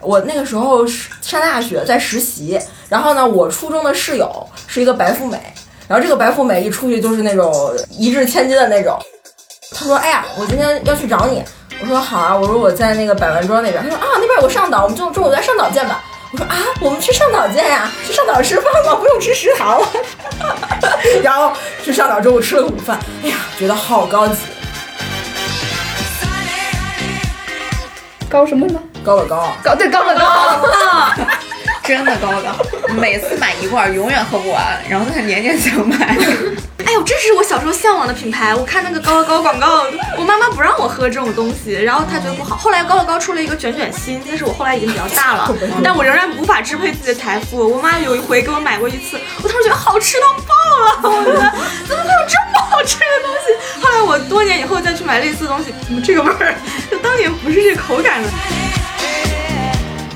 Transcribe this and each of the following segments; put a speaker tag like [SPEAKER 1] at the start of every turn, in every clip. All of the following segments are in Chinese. [SPEAKER 1] 我那个时候是上大学在实习，然后呢，我初中的室友是一个白富美，然后这个白富美一出去就是那种一掷千金的那种。她说：“哎呀，我今天要去找你。”我说：“好啊。”我说：“我在那个百万庄那边。”她说：“啊，那边有个上岛，我们中中午在上岛见吧。”我说：“啊，我们去上岛见呀、去上岛吃饭吧，不用吃食堂了。” 然后去上岛之后吃了个午饭，哎呀，觉得好高级，
[SPEAKER 2] 高什么呢？
[SPEAKER 1] 高乐高 啊！
[SPEAKER 2] 高对高乐高，
[SPEAKER 3] 真的高高，每次买一罐儿永远喝不完，然后但是年年想买。
[SPEAKER 4] 哎呦，这是我小时候向往的品牌。我看那个高乐高广告，我妈妈不让我喝这种东西，然后她觉得不好。后来高乐高出了一个卷卷心，但是我后来已经比较大了，但我仍然无法支配自己的财富。我妈有一回给我买过一次，我当时觉得好吃到爆了，我觉得怎么会有这么好吃的东西？后来我多年以后再去买类似的东西，怎么这个味儿？ 就当年不是这口感了。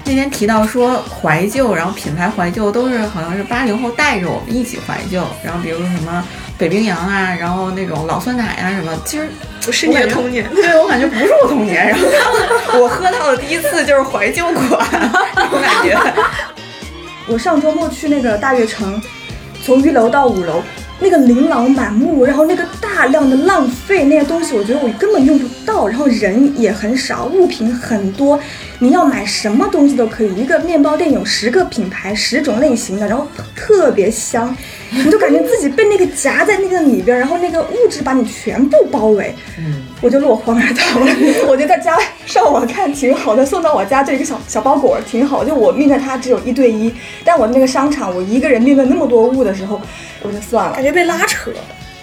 [SPEAKER 3] 那天提到说怀旧，然后品牌怀旧都是好像是八零后带着我们一起怀旧，然后比如什么北冰洋啊，然后那种老酸奶啊什么，其实
[SPEAKER 4] 不是你的童年，
[SPEAKER 3] 对我感觉不是我童年。然后我喝到的第一次就是怀旧款，那种感觉。
[SPEAKER 5] 我上周末去那个大悦城，从一楼到五楼，那个琳琅满目，然后那个大量的浪费那些东西，我觉得我根本用不到，然后人也很少，物品很多，你要买什么东西都可以。一个面包店有十个品牌、十种类型的，然后特别香，你就感觉自己被那个夹在那个里边，然后那个物质把你全部包围，我就落荒而逃了。 我就在家上网看，挺好的，送到我家就一个小小包裹，挺好。就我面对它只有一对一，但我那个商场，我一个人面对那么多物的时候，我就算了
[SPEAKER 4] 感。觉被拉扯。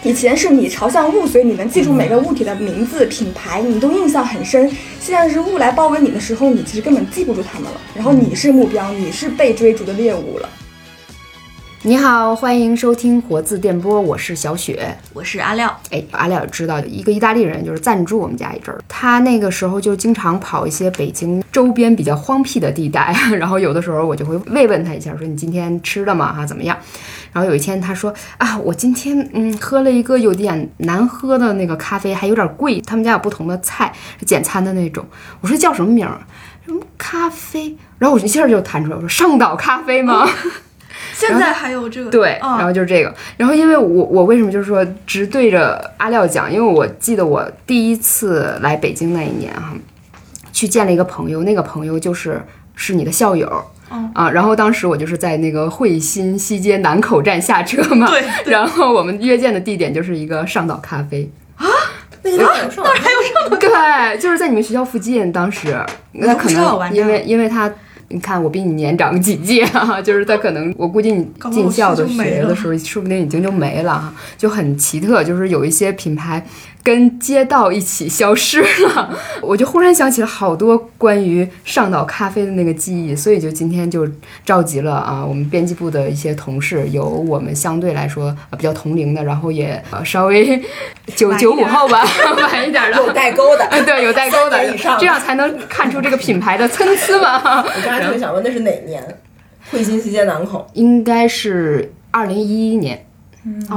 [SPEAKER 5] 以前是你朝向物，所以你能记住每个物体的名字、品牌，你都印象很深。现在是物来包围你的时候，你其实根本记不住它们了。然后你是目标，你是被追逐的猎物了。
[SPEAKER 6] 你好，欢迎收听活字电波，我是小雪。
[SPEAKER 4] 我是阿廖，
[SPEAKER 6] 哎，阿廖知道一个意大利人，就是暂住我们家一阵儿。他那个时候就经常跑一些北京周边比较荒僻的地带， 然后有的时候我就会慰问他一下，说你今天吃了吗？哈，怎么样？然后有一天他说啊，我今天嗯喝了一个有点难喝的那个咖啡，还有点贵。他们家有不同的菜，是简餐的那种。我说叫什么名儿？什么咖啡？然后我一下就弹出来，我说上岛咖啡吗？
[SPEAKER 4] 现在还有这个
[SPEAKER 6] 对，
[SPEAKER 4] 嗯
[SPEAKER 6] 然后就是这个，然后因为我我为什么就是说直对着阿廖讲，因为我记得我第一次来北京那一年哈，去见了一个朋友，那个朋友就是是你的校友。
[SPEAKER 4] 嗯
[SPEAKER 6] 啊，然后当时我就是在那个惠新西街南口站下车嘛，
[SPEAKER 4] 对对
[SPEAKER 6] 然后我们约见的地点就是一个上岛咖啡，
[SPEAKER 1] 那个地方有上岛，
[SPEAKER 6] 对，就是在你们学校附近。当时那
[SPEAKER 4] 不
[SPEAKER 6] 可
[SPEAKER 4] 知道
[SPEAKER 6] 能
[SPEAKER 4] 完
[SPEAKER 6] 因
[SPEAKER 4] 蛋
[SPEAKER 6] 为因为他，你看我比你年长几届啊， 就是他可能我估计你
[SPEAKER 4] 搞不好
[SPEAKER 6] 进校的
[SPEAKER 4] 就没
[SPEAKER 6] 学
[SPEAKER 4] 了
[SPEAKER 6] 的时候，说不定已经就没了哈，就很奇特，就是有一些品牌跟街道一起消失了。 我就忽然想起了好多关于上岛咖啡的那个记忆，所以就今天就召集了啊，我们编辑部的一些同事，有我们相对来说呃比较同龄的，然后也呃稍微 九九五后吧，晚一点的，
[SPEAKER 1] 有代沟的。
[SPEAKER 6] 啊， 对，有代沟的
[SPEAKER 1] 三年以上，的
[SPEAKER 6] 这样才能看出这个品牌的参差吧。
[SPEAKER 1] 我刚才特别想问，那是哪年？惠新西街南口，
[SPEAKER 6] 应该是二零一一年，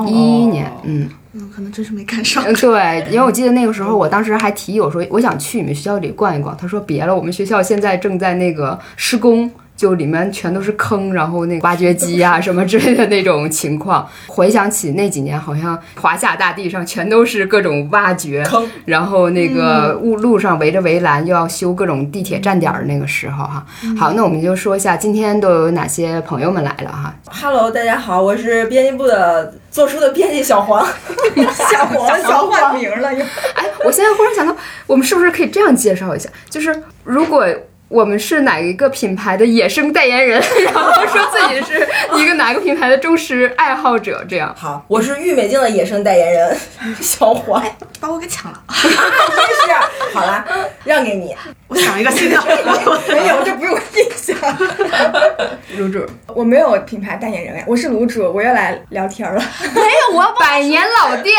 [SPEAKER 6] 一一年，嗯，
[SPEAKER 4] 嗯，可能真是没赶上。
[SPEAKER 6] 呃对，因为我记得那个时候，我当时还提议我说我想去你们学校里逛一逛，他说别了，我们学校现在正在那个施工。就里面全都是坑，然后那个挖掘机啊什么之类的那种情况。回想起那几年，好像华夏大地上全都是各种挖掘，
[SPEAKER 1] 坑
[SPEAKER 6] 然后那个
[SPEAKER 4] 嗯
[SPEAKER 6] 路路上围着围栏，又要修各种地铁站点儿那个时候哈。好，那我们就说一下今天都有哪些朋友们来了哈。
[SPEAKER 1] Hello，大家好，我是编辑部的做书的编辑小黄，小黄，小
[SPEAKER 5] 换
[SPEAKER 1] 黄，
[SPEAKER 5] 名了又。
[SPEAKER 6] 哎，我现在忽然想到，我们是不是可以这样介绍一下？就是如果。我们是哪一个品牌的野生代言人？然后说自己是一个哪个品牌的忠实爱好者，这样
[SPEAKER 1] 好，我是郁美净的野生代言人小黄，
[SPEAKER 4] 哎，把我给 抢了！
[SPEAKER 1] 真是啊好啦，让给你，
[SPEAKER 4] 我想一个新的，
[SPEAKER 5] 没有，这不是我印象。
[SPEAKER 6] 入驻
[SPEAKER 5] 我没有品牌代言人哎，我是卤煮，我又来聊天了。
[SPEAKER 6] 百年老店，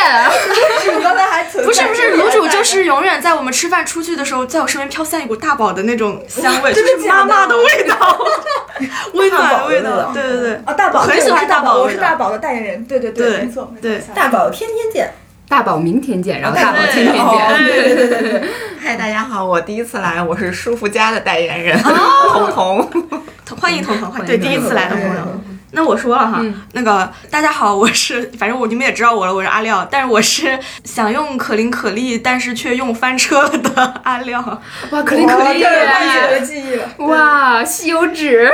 [SPEAKER 5] 卤刚才还存
[SPEAKER 4] 不是不是，卤煮就是永远在我们吃饭出去的时候，在我身边飘散一股大宝的那种香味，就是妈妈的味道， 温暖的味
[SPEAKER 1] 大
[SPEAKER 4] 道。
[SPEAKER 1] 宝的味道
[SPEAKER 4] 对对对，
[SPEAKER 5] 啊，大宝，
[SPEAKER 4] 我很
[SPEAKER 5] 对
[SPEAKER 4] 喜欢
[SPEAKER 5] 我是大
[SPEAKER 4] 大宝
[SPEAKER 5] 我
[SPEAKER 4] 味
[SPEAKER 5] 是
[SPEAKER 4] 道
[SPEAKER 5] 大宝的代言人，对对
[SPEAKER 4] 对
[SPEAKER 5] 没错，没
[SPEAKER 4] 对
[SPEAKER 5] 错
[SPEAKER 1] 大宝天天见，
[SPEAKER 6] 大宝明天见，然后大宝
[SPEAKER 4] 对
[SPEAKER 6] 天天
[SPEAKER 1] 哦
[SPEAKER 6] 见，
[SPEAKER 1] 对对对对，
[SPEAKER 4] 太大
[SPEAKER 3] 大家好，我第一次来，我是舒肤佳的代言人，彤彤。
[SPEAKER 4] 欢迎彤彤，欢迎对第一次来的朋
[SPEAKER 3] 对对
[SPEAKER 4] 友。嗯那我说了哈，那个大家好，我是反正我你们也知道我了，我是阿廖，但是我是想用可伶可俐，但是却用翻车了的阿廖
[SPEAKER 6] 哇，可伶可俐
[SPEAKER 5] 又有唤起我的
[SPEAKER 6] 耶！
[SPEAKER 5] 记忆了。
[SPEAKER 6] 哇，吸油纸，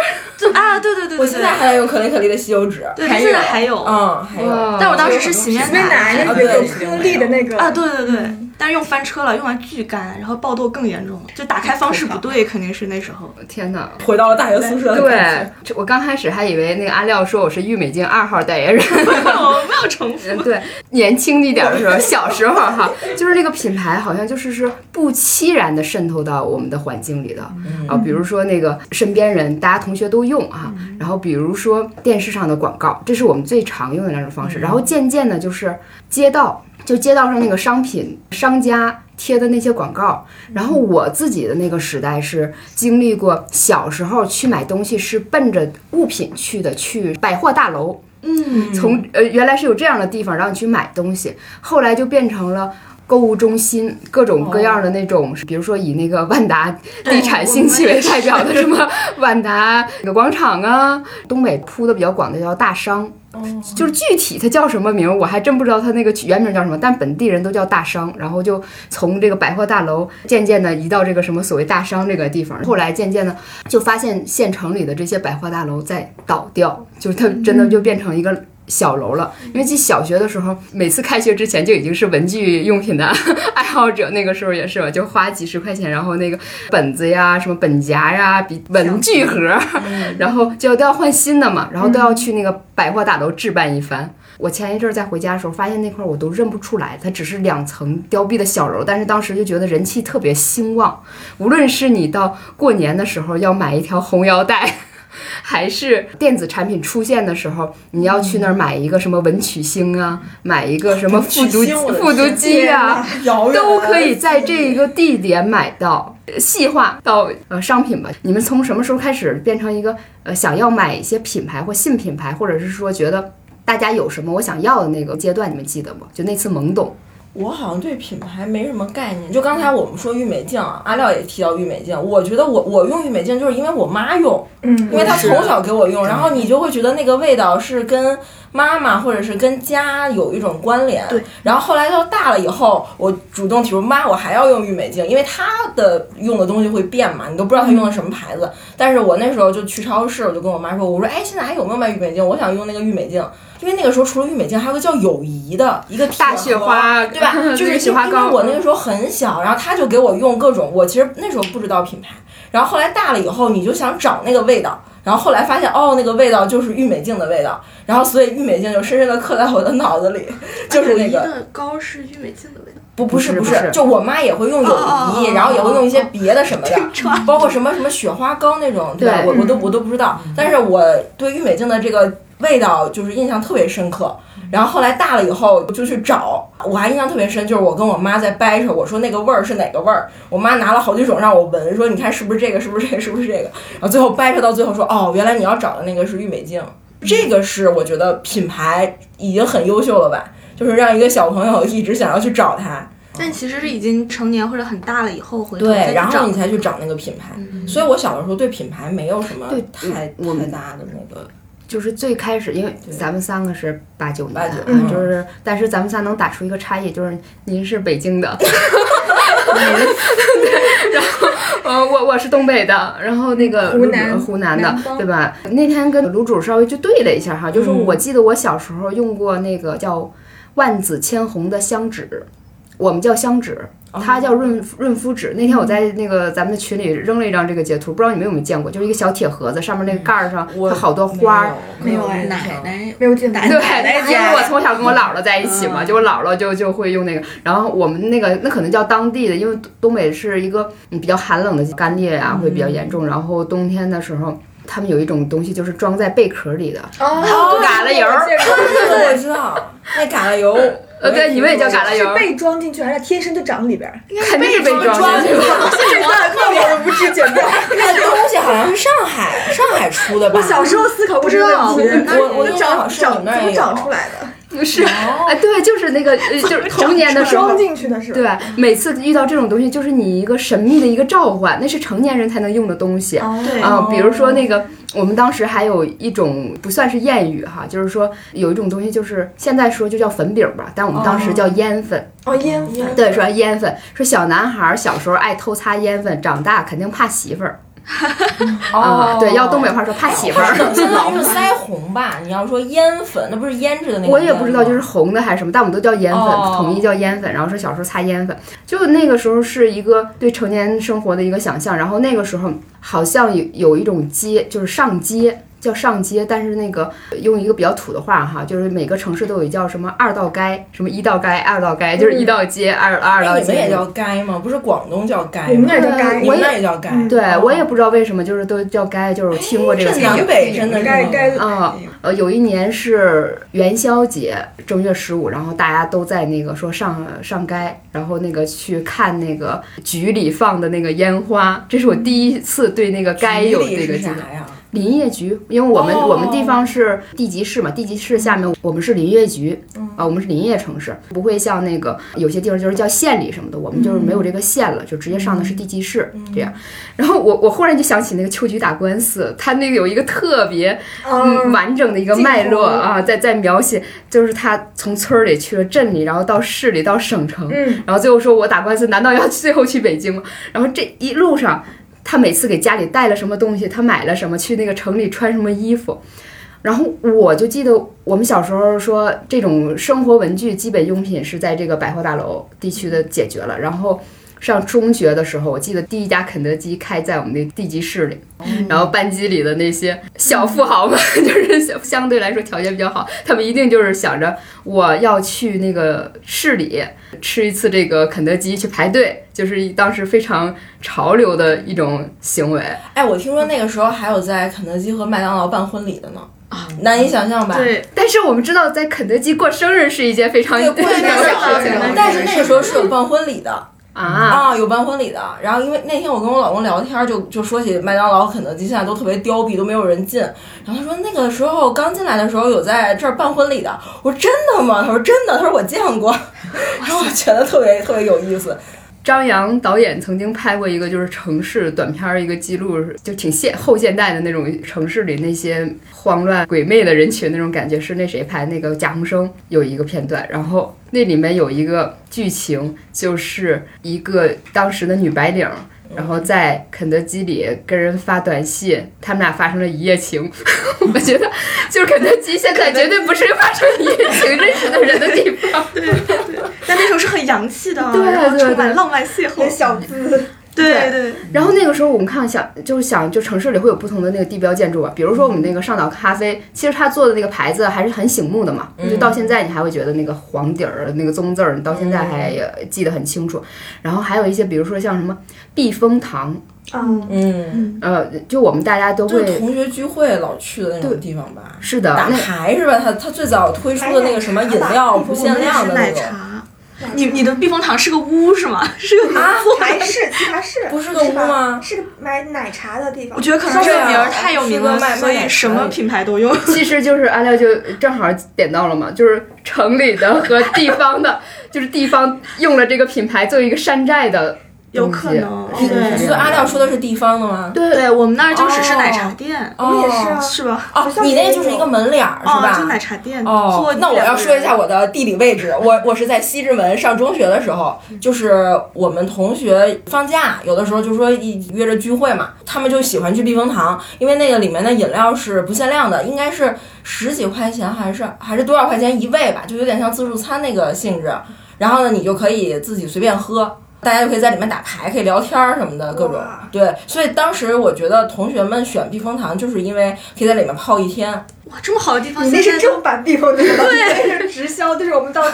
[SPEAKER 4] 啊，对对对对对，
[SPEAKER 1] 我现在还在用可伶可俐的吸油纸，
[SPEAKER 4] 对
[SPEAKER 1] 还
[SPEAKER 4] 现在还有
[SPEAKER 1] 嗯，还有
[SPEAKER 6] 哇
[SPEAKER 4] 但我当时是洗面
[SPEAKER 5] 那
[SPEAKER 4] 奶
[SPEAKER 5] 奶那
[SPEAKER 1] 对
[SPEAKER 5] 个
[SPEAKER 1] 对
[SPEAKER 5] 颗粒的那个
[SPEAKER 4] 啊，对对对，但是用翻车了，用完巨干，然后爆痘更严重了，就打开方式不对，肯定是那时 候。
[SPEAKER 6] 天哪！
[SPEAKER 1] 回到了大学宿舍的感
[SPEAKER 6] 对
[SPEAKER 1] 觉，，
[SPEAKER 6] 这我刚开始还以为那个阿廖说我是郁美净二号代言人，
[SPEAKER 4] 我不要重 复。
[SPEAKER 6] 对，年轻一点的时候，小时候哈，就是那个品牌好像就是是不期然的渗透到我们的环境里的啊，比如说那个身边人，大家同学都用啊，然后比如说电视上的广告，这是我们最常用的两种方式，然后渐渐的就是街道，就街道上那个商品商家。贴的那些广告，然后我自己的那个时代是经历过小时候去买东西是奔着物品去的，去百货大楼，
[SPEAKER 4] 嗯，
[SPEAKER 6] 从呃原来是有这样的地方让你去买东西，后来就变成了。购物中心各种各样的那种，比如说以那个万达地产兴起为代表的什么万达那个广场啊，东北铺的比较广的叫大商，就是具体它叫什么名儿我还真不知道它那个原名叫什么，但本地人都叫大商，然后就从这个百货大楼渐渐的移到这个什么所谓大商这个地方，后来渐渐的就发现县城里的这些百货大楼在倒掉，就是它真的就变成一个小楼了。因为记小学的时候，每次开学之前就已经是文具用品的 爱好者，那个时候也是吧，就花几十块钱，然后那个本子呀、什么本夹呀、笔文具盒，然后就都要换新的嘛，然后都要去那个百货大楼置办一番。我前一阵儿在回家的时候，发现那块儿我都认不出来，它只是两层凋敝的小楼，但是当时就觉得人气特别兴旺。无论是你到过年的时候要买一条红腰带，还是电子产品出现的时候，你要去
[SPEAKER 1] 嗯
[SPEAKER 6] 那儿买一个什么文曲星啊，买一个什么复读
[SPEAKER 1] 文曲星我的
[SPEAKER 6] 复读机啊，
[SPEAKER 1] 遥远
[SPEAKER 6] 都可以在这一个地点买到。呃细化到呃商品吧，你们从什么时候开始变成一个呃想要买一些品牌或新品牌，或者是说觉得大家有什么我想要的那个阶段，你们记得吗？就那次懵懂，
[SPEAKER 1] 我好像对品牌没什么概念。就刚才我们说郁美净啊，阿廖也提到郁美净，我觉得我我用郁美净就是因为我妈用，嗯，因为她从小给我用，然后你就会觉得那个味道是跟妈妈或者是跟家有一种关联。
[SPEAKER 4] 对，
[SPEAKER 1] 然后后来到大了以后，我主动提出妈，我还要用郁美净，因为她的用的东西会变嘛，你都不知道她用的什么牌子。但是我那时候就去超市，我就跟我妈说，我说哎，现在还有没有卖郁美净？我想用那个郁美净。因为那个时候除了郁美净，还有个叫友谊的一个铁
[SPEAKER 6] 大雪
[SPEAKER 1] 盒
[SPEAKER 6] 花
[SPEAKER 1] 对 吧？就是
[SPEAKER 6] 雪
[SPEAKER 1] 因
[SPEAKER 6] 花
[SPEAKER 1] 因为
[SPEAKER 6] 膏，嗯
[SPEAKER 1] 我那个时候很小，然后他就给我用各种，我其实那时候不知道品牌，然后后来大了以后，你就想找那个味道，然后后来发现哦，那个味道就是郁美净的味道，然后所以郁美净就深深的刻在我的脑子里，就是那
[SPEAKER 4] 友谊
[SPEAKER 1] 个
[SPEAKER 4] 的膏是郁美净的味道。
[SPEAKER 1] 不不是
[SPEAKER 6] 不
[SPEAKER 1] 不
[SPEAKER 6] 是不
[SPEAKER 1] 是
[SPEAKER 6] 是，
[SPEAKER 1] 就我妈也会用友
[SPEAKER 4] 哦哦哦
[SPEAKER 1] 谊，
[SPEAKER 4] 哦
[SPEAKER 1] 然后也会弄一些别的什么的， 嗯包括什么什么雪花膏那种，对吧？嗯
[SPEAKER 6] 对
[SPEAKER 1] 我我都我都不知道，但是我对郁美净的这个味道就是印象特别深刻。然后后来大了以后就去找，我还印象特别深，就是我跟我妈在掰扯，我说那个味儿是哪个味儿，我妈拿了好几种让我闻，说你看是不是这个，是不是这个，是不是这个，然后最后掰扯到最后说，哦，原来你要找的那个是郁美净，这个是我觉得品牌已经很优秀了吧，就是让一个小朋友一直想要去找它，
[SPEAKER 4] 但其实是已经成年或者很大了以后回头再
[SPEAKER 1] 对，
[SPEAKER 4] 去
[SPEAKER 1] 然后
[SPEAKER 4] 找
[SPEAKER 1] 你才去找那个品牌。
[SPEAKER 6] 嗯
[SPEAKER 1] 所以我小的时候对品牌没有什么
[SPEAKER 6] 对
[SPEAKER 1] 太
[SPEAKER 6] 我
[SPEAKER 1] 太大的那个，
[SPEAKER 6] 就是最开始，因为
[SPEAKER 1] 对
[SPEAKER 6] 咱们三个是八九年的，
[SPEAKER 1] 89
[SPEAKER 6] 嗯
[SPEAKER 1] 嗯
[SPEAKER 6] 就是但是咱们仨能打出一个差异，就是您是北京的， 对，然后呃我我是东北的，然后那个
[SPEAKER 5] 湖南
[SPEAKER 6] 呃湖南的
[SPEAKER 5] 南，方
[SPEAKER 6] 对吧？那天跟卢主稍微就对了一下哈，就是
[SPEAKER 1] 嗯
[SPEAKER 6] 我记得我小时候用过那个叫万紫千红的香纸，我们叫香纸。
[SPEAKER 1] 哦
[SPEAKER 6] 它叫润润肤纸。那天我在那个咱们的群里扔了一张这个截图，不知道你们有没有见过，就是一个小铁盒子，上面那个盖儿上
[SPEAKER 1] 我
[SPEAKER 6] 它好多花儿，
[SPEAKER 5] 没有哎
[SPEAKER 1] 奶
[SPEAKER 3] 奶
[SPEAKER 1] 奶。
[SPEAKER 3] 奶，
[SPEAKER 5] 没有进
[SPEAKER 3] 奶
[SPEAKER 5] 来。
[SPEAKER 3] 奶
[SPEAKER 6] 对
[SPEAKER 3] 奶，奶
[SPEAKER 6] 因为
[SPEAKER 3] 家
[SPEAKER 6] 我从小跟我姥姥在一起嘛，就我姥姥就就会用那个。然后我们那个那可能叫当地的，因为东北是一个嗯比较寒冷的干裂啊，会比较严重。然后冬天的时候，他们有一种东西就是装在贝壳里的，
[SPEAKER 5] 哦
[SPEAKER 6] 嘎啦油儿
[SPEAKER 1] 这个我知道，那嘎啦油，
[SPEAKER 6] 呃，对，你们也叫嘎啦油
[SPEAKER 5] 是，被装进去还是天生就长里边儿？
[SPEAKER 6] 肯定是被装进去了。
[SPEAKER 5] 这段 那 我无知觉妙。
[SPEAKER 1] 那个东西好像是上海上海出的吧？
[SPEAKER 5] 我小时候思考过
[SPEAKER 4] 不知
[SPEAKER 5] 这个
[SPEAKER 4] 道
[SPEAKER 5] 问题，
[SPEAKER 1] 我我
[SPEAKER 5] 我
[SPEAKER 1] 印象好像
[SPEAKER 5] 长
[SPEAKER 1] 是我们
[SPEAKER 5] 长
[SPEAKER 1] 那儿也
[SPEAKER 5] 怎么
[SPEAKER 1] 有
[SPEAKER 5] 长出来的？
[SPEAKER 6] 是，哎，对，就是那个，呃就是童年的时候
[SPEAKER 5] 装。进去的是吧？
[SPEAKER 6] 对，每次遇到这种东西，就是你一个神秘的一个召唤，那是成年人才能用的东西。
[SPEAKER 5] 对
[SPEAKER 6] 啊、比如说那个，我们当时还有一种不算是谚语哈，就是说有一种东西，就是现在说就叫粉饼吧，但我们当时叫烟粉。
[SPEAKER 5] 哦烟烟
[SPEAKER 6] 对，说烟粉，说小男孩儿小时候爱偷擦烟粉，长大肯定怕媳妇儿。啊、对，要东北话说怕媳妇儿。
[SPEAKER 1] 相当于哦是腮红吧？你要说胭粉，那不是胭脂的那个？
[SPEAKER 6] 我也不知道，就是红的还是什么，但我们都叫烟粉，
[SPEAKER 1] 哦
[SPEAKER 6] 统一叫烟粉。然后说小时候擦烟粉，就那个时候是一个对成年生活的一个想象。然后那个时候好像有有一种街，就是上街。叫上街，但是那个用一个比较土的话哈，就是每个城市都有一叫什么二道街，什么一道街、二道街，就是一道街、二二道
[SPEAKER 1] 哎你
[SPEAKER 6] 街
[SPEAKER 1] 们
[SPEAKER 6] 那种。
[SPEAKER 1] 也叫街吗？不是广东叫街吗？
[SPEAKER 5] 我们那儿叫
[SPEAKER 6] 对
[SPEAKER 5] 该
[SPEAKER 1] 你
[SPEAKER 6] 我
[SPEAKER 1] 们
[SPEAKER 6] 也嗯
[SPEAKER 1] 那儿也叫街？
[SPEAKER 6] 对，我也不知道为什么，就是都叫该，就是我听过这个
[SPEAKER 1] 哦这
[SPEAKER 6] 词。
[SPEAKER 1] 南北真的是
[SPEAKER 5] 该该嗯
[SPEAKER 6] 啊、呃，有一年是元宵节，正月十五，然后大家都在那个说上上街，然后那个去看那个局里放的那个烟花，这是我第一次对那个街有
[SPEAKER 1] 这
[SPEAKER 6] 这个
[SPEAKER 1] 个
[SPEAKER 6] 记
[SPEAKER 1] 啥
[SPEAKER 6] 忆。
[SPEAKER 1] 呀？
[SPEAKER 6] 林业局，因为我们、我们地方是地级市嘛，地级市下面我们是林业局，啊、我们是林业城市，不会像那个有些地方就是叫县里什么的，我们就是没有这个县了，就直接上的是地级市、这样。然后我我忽然就想起那个秋菊打官司，他那个有一个特别嗯完整的一个脉络啊，在在描写就是他从村儿里去了镇里，然后到市里到省城，
[SPEAKER 5] 嗯
[SPEAKER 1] 嗯
[SPEAKER 6] 然后最后说我打官司，难道要最后去北京吗？然后这一路上，他每次给家里带了什么东西，他买了什么，去那个城里穿什么衣服。然后我就记得我们小时候说，这种生活文具、基本用品是在这个百货大楼地区的解决了。然后上中学的时候，我记得第一家肯德基开在我们那地级市里，然后班级里的那些小富豪们， 就是相相对来说条件比较好，他们一定就是想着我要去那个市里吃一次这个肯德基，去排队，就是当时非常潮流的一种行为。
[SPEAKER 1] 哎，我听说那个时候还有在肯德基和麦当劳办婚礼的呢，
[SPEAKER 6] 啊
[SPEAKER 1] 难以想象吧？
[SPEAKER 4] 对，
[SPEAKER 6] 但是我们知道，在肯德基过生日是一件非常
[SPEAKER 1] 对，过年
[SPEAKER 4] 对
[SPEAKER 1] 小
[SPEAKER 4] 对对
[SPEAKER 1] 但是那个时候是有办婚礼的
[SPEAKER 6] 啊。
[SPEAKER 1] 啊，有办婚礼的。然后因为那天我跟我老公聊天，就就说起麦当劳、肯德基现在都特别凋敝，都没有人进。然后他说那个时候刚进来的时候有在这儿办婚礼的。我说真的吗？他说真的，他说我见过。 然后我觉得特别特别有意思。
[SPEAKER 6] 张扬导演曾经拍过一个就是城市短片儿一个记录，就挺现后现代的那种城市里那些慌乱鬼魅的人群那种感觉，是那谁拍那个贾宏声有一个片段，然后那里面有一个剧情，就是一个当时的女白领。然后在肯德基里跟人发短信，他们俩发生了一夜情。我觉得，就是肯德基现在绝对不是发生一夜情认识的人的地方。
[SPEAKER 4] 但那时候是很洋气的啊，
[SPEAKER 6] 对
[SPEAKER 4] 然后
[SPEAKER 6] 对
[SPEAKER 4] 充
[SPEAKER 6] 对
[SPEAKER 4] 满浪漫邂逅，
[SPEAKER 5] 小资，
[SPEAKER 4] 对对，
[SPEAKER 6] 然后那个时候我们看想就是想就城市里会有不同的那个地标建筑吧，比如说我们那个上岛咖啡，其实它做的那个牌子还是很醒目的嘛，就到现在你还会觉得那个黄底儿那个棕字儿，你到现在还也记得很清楚。然后还有一些比如说像什么避风塘，
[SPEAKER 5] 嗯，
[SPEAKER 1] 嗯，
[SPEAKER 6] 呃，就我们大家都
[SPEAKER 1] 就是
[SPEAKER 6] 会
[SPEAKER 1] 同学聚会老去的那
[SPEAKER 6] 对
[SPEAKER 1] 种地方吧。
[SPEAKER 6] 是的，
[SPEAKER 1] 打
[SPEAKER 6] 那
[SPEAKER 1] 牌是吧？他他最早推出的那个什么饮料不限量的那种，
[SPEAKER 4] 茶。你你的避风塘是个屋是吗？是个
[SPEAKER 1] 啊
[SPEAKER 4] 名
[SPEAKER 7] 还
[SPEAKER 4] 字。
[SPEAKER 7] 是其他市，
[SPEAKER 1] 不是个屋
[SPEAKER 7] 吧
[SPEAKER 1] 吗
[SPEAKER 7] 是个买奶茶的地方。
[SPEAKER 4] 我觉得可能这个名儿太有名了
[SPEAKER 1] 是个卖，
[SPEAKER 4] 所
[SPEAKER 1] 卖奶
[SPEAKER 4] 以
[SPEAKER 1] 茶
[SPEAKER 4] 什么品牌都用。
[SPEAKER 6] 其实就是阿廖就正好点到了嘛，就是城 里的和地方的，就是地方用了这个品牌做一个山寨的
[SPEAKER 4] 有
[SPEAKER 6] 东西，
[SPEAKER 4] 可能
[SPEAKER 6] 是
[SPEAKER 4] 嗯对
[SPEAKER 6] 是这
[SPEAKER 1] 所以
[SPEAKER 6] 样
[SPEAKER 1] 阿
[SPEAKER 6] 的
[SPEAKER 1] 廖说的是地方的吗？
[SPEAKER 6] 对
[SPEAKER 4] 对我们那儿就只是奶茶店，
[SPEAKER 1] 哦，
[SPEAKER 7] 也是啊，
[SPEAKER 4] 是吧？
[SPEAKER 1] 哦，你那个就是一个门脸儿是吧？
[SPEAKER 4] 哦，就奶茶店。
[SPEAKER 1] 哦
[SPEAKER 4] 做，
[SPEAKER 1] 那我要说一下
[SPEAKER 4] 我
[SPEAKER 1] 我的地理位置，我我是在西直门上中学的时候，就是我们同学放假，有的时候就说一约着聚会嘛，他们就喜欢去避风塘，因为那个里面的饮料是不限量的，应该是十几块钱还是还是多少块钱一位吧，就有点像自助餐那个性质。然后呢，你就可以自己随便喝。大家就可以在里面打牌，可以聊天儿什么的各种，对，所以当时我觉得同学们选避风塘，就是因为可以在里面泡一天，
[SPEAKER 4] 哇，这么好的地方，
[SPEAKER 5] 那
[SPEAKER 4] 现在
[SPEAKER 5] 是
[SPEAKER 4] 都
[SPEAKER 5] 正版避风塘，对，那是直销，就是我们到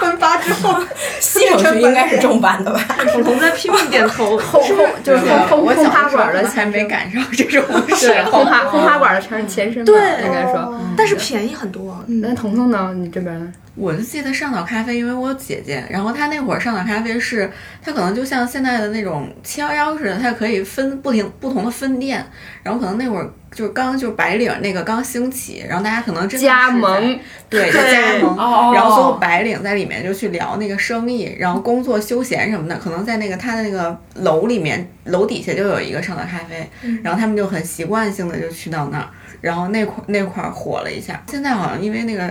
[SPEAKER 5] 分发之后，
[SPEAKER 1] 西城区应该是正版的吧？
[SPEAKER 4] 我们在拼命点 头。
[SPEAKER 6] 后后 就是
[SPEAKER 3] 对啊
[SPEAKER 6] 后
[SPEAKER 3] 我
[SPEAKER 6] 后
[SPEAKER 3] 小
[SPEAKER 6] 轰
[SPEAKER 3] 的
[SPEAKER 6] 趴
[SPEAKER 3] 时候
[SPEAKER 6] 馆
[SPEAKER 3] 可
[SPEAKER 6] 的
[SPEAKER 3] 能还没赶上这种时
[SPEAKER 6] 对，
[SPEAKER 3] 候
[SPEAKER 6] 轰。趴轰趴馆的前前身吧，
[SPEAKER 4] 对
[SPEAKER 6] 应该说。
[SPEAKER 1] 嗯
[SPEAKER 7] 哦
[SPEAKER 4] 但是便宜很多，嗯
[SPEAKER 6] 那彤彤呢？你这边
[SPEAKER 3] 我就记得上岛咖啡，因为我有姐姐，然后她那会儿上岛咖啡是，她可能就像现在的那种七幺幺似的，它可以分不停不同的分店，然后可能那会儿就是刚就是白领那个刚兴起，然后大家可能真的是
[SPEAKER 6] 加盟
[SPEAKER 3] 在， 对，就
[SPEAKER 4] 对
[SPEAKER 3] 加盟，
[SPEAKER 1] 哦
[SPEAKER 3] 然后所有白领在里面就去聊那个生意，然后工作休闲什么的，可能在那个他的那个楼里面，楼底下就有一个上岛咖啡，
[SPEAKER 6] 嗯
[SPEAKER 3] 然后他们就很习惯性的就去到那儿，然后那块那块儿火了一下，现在好像因为那个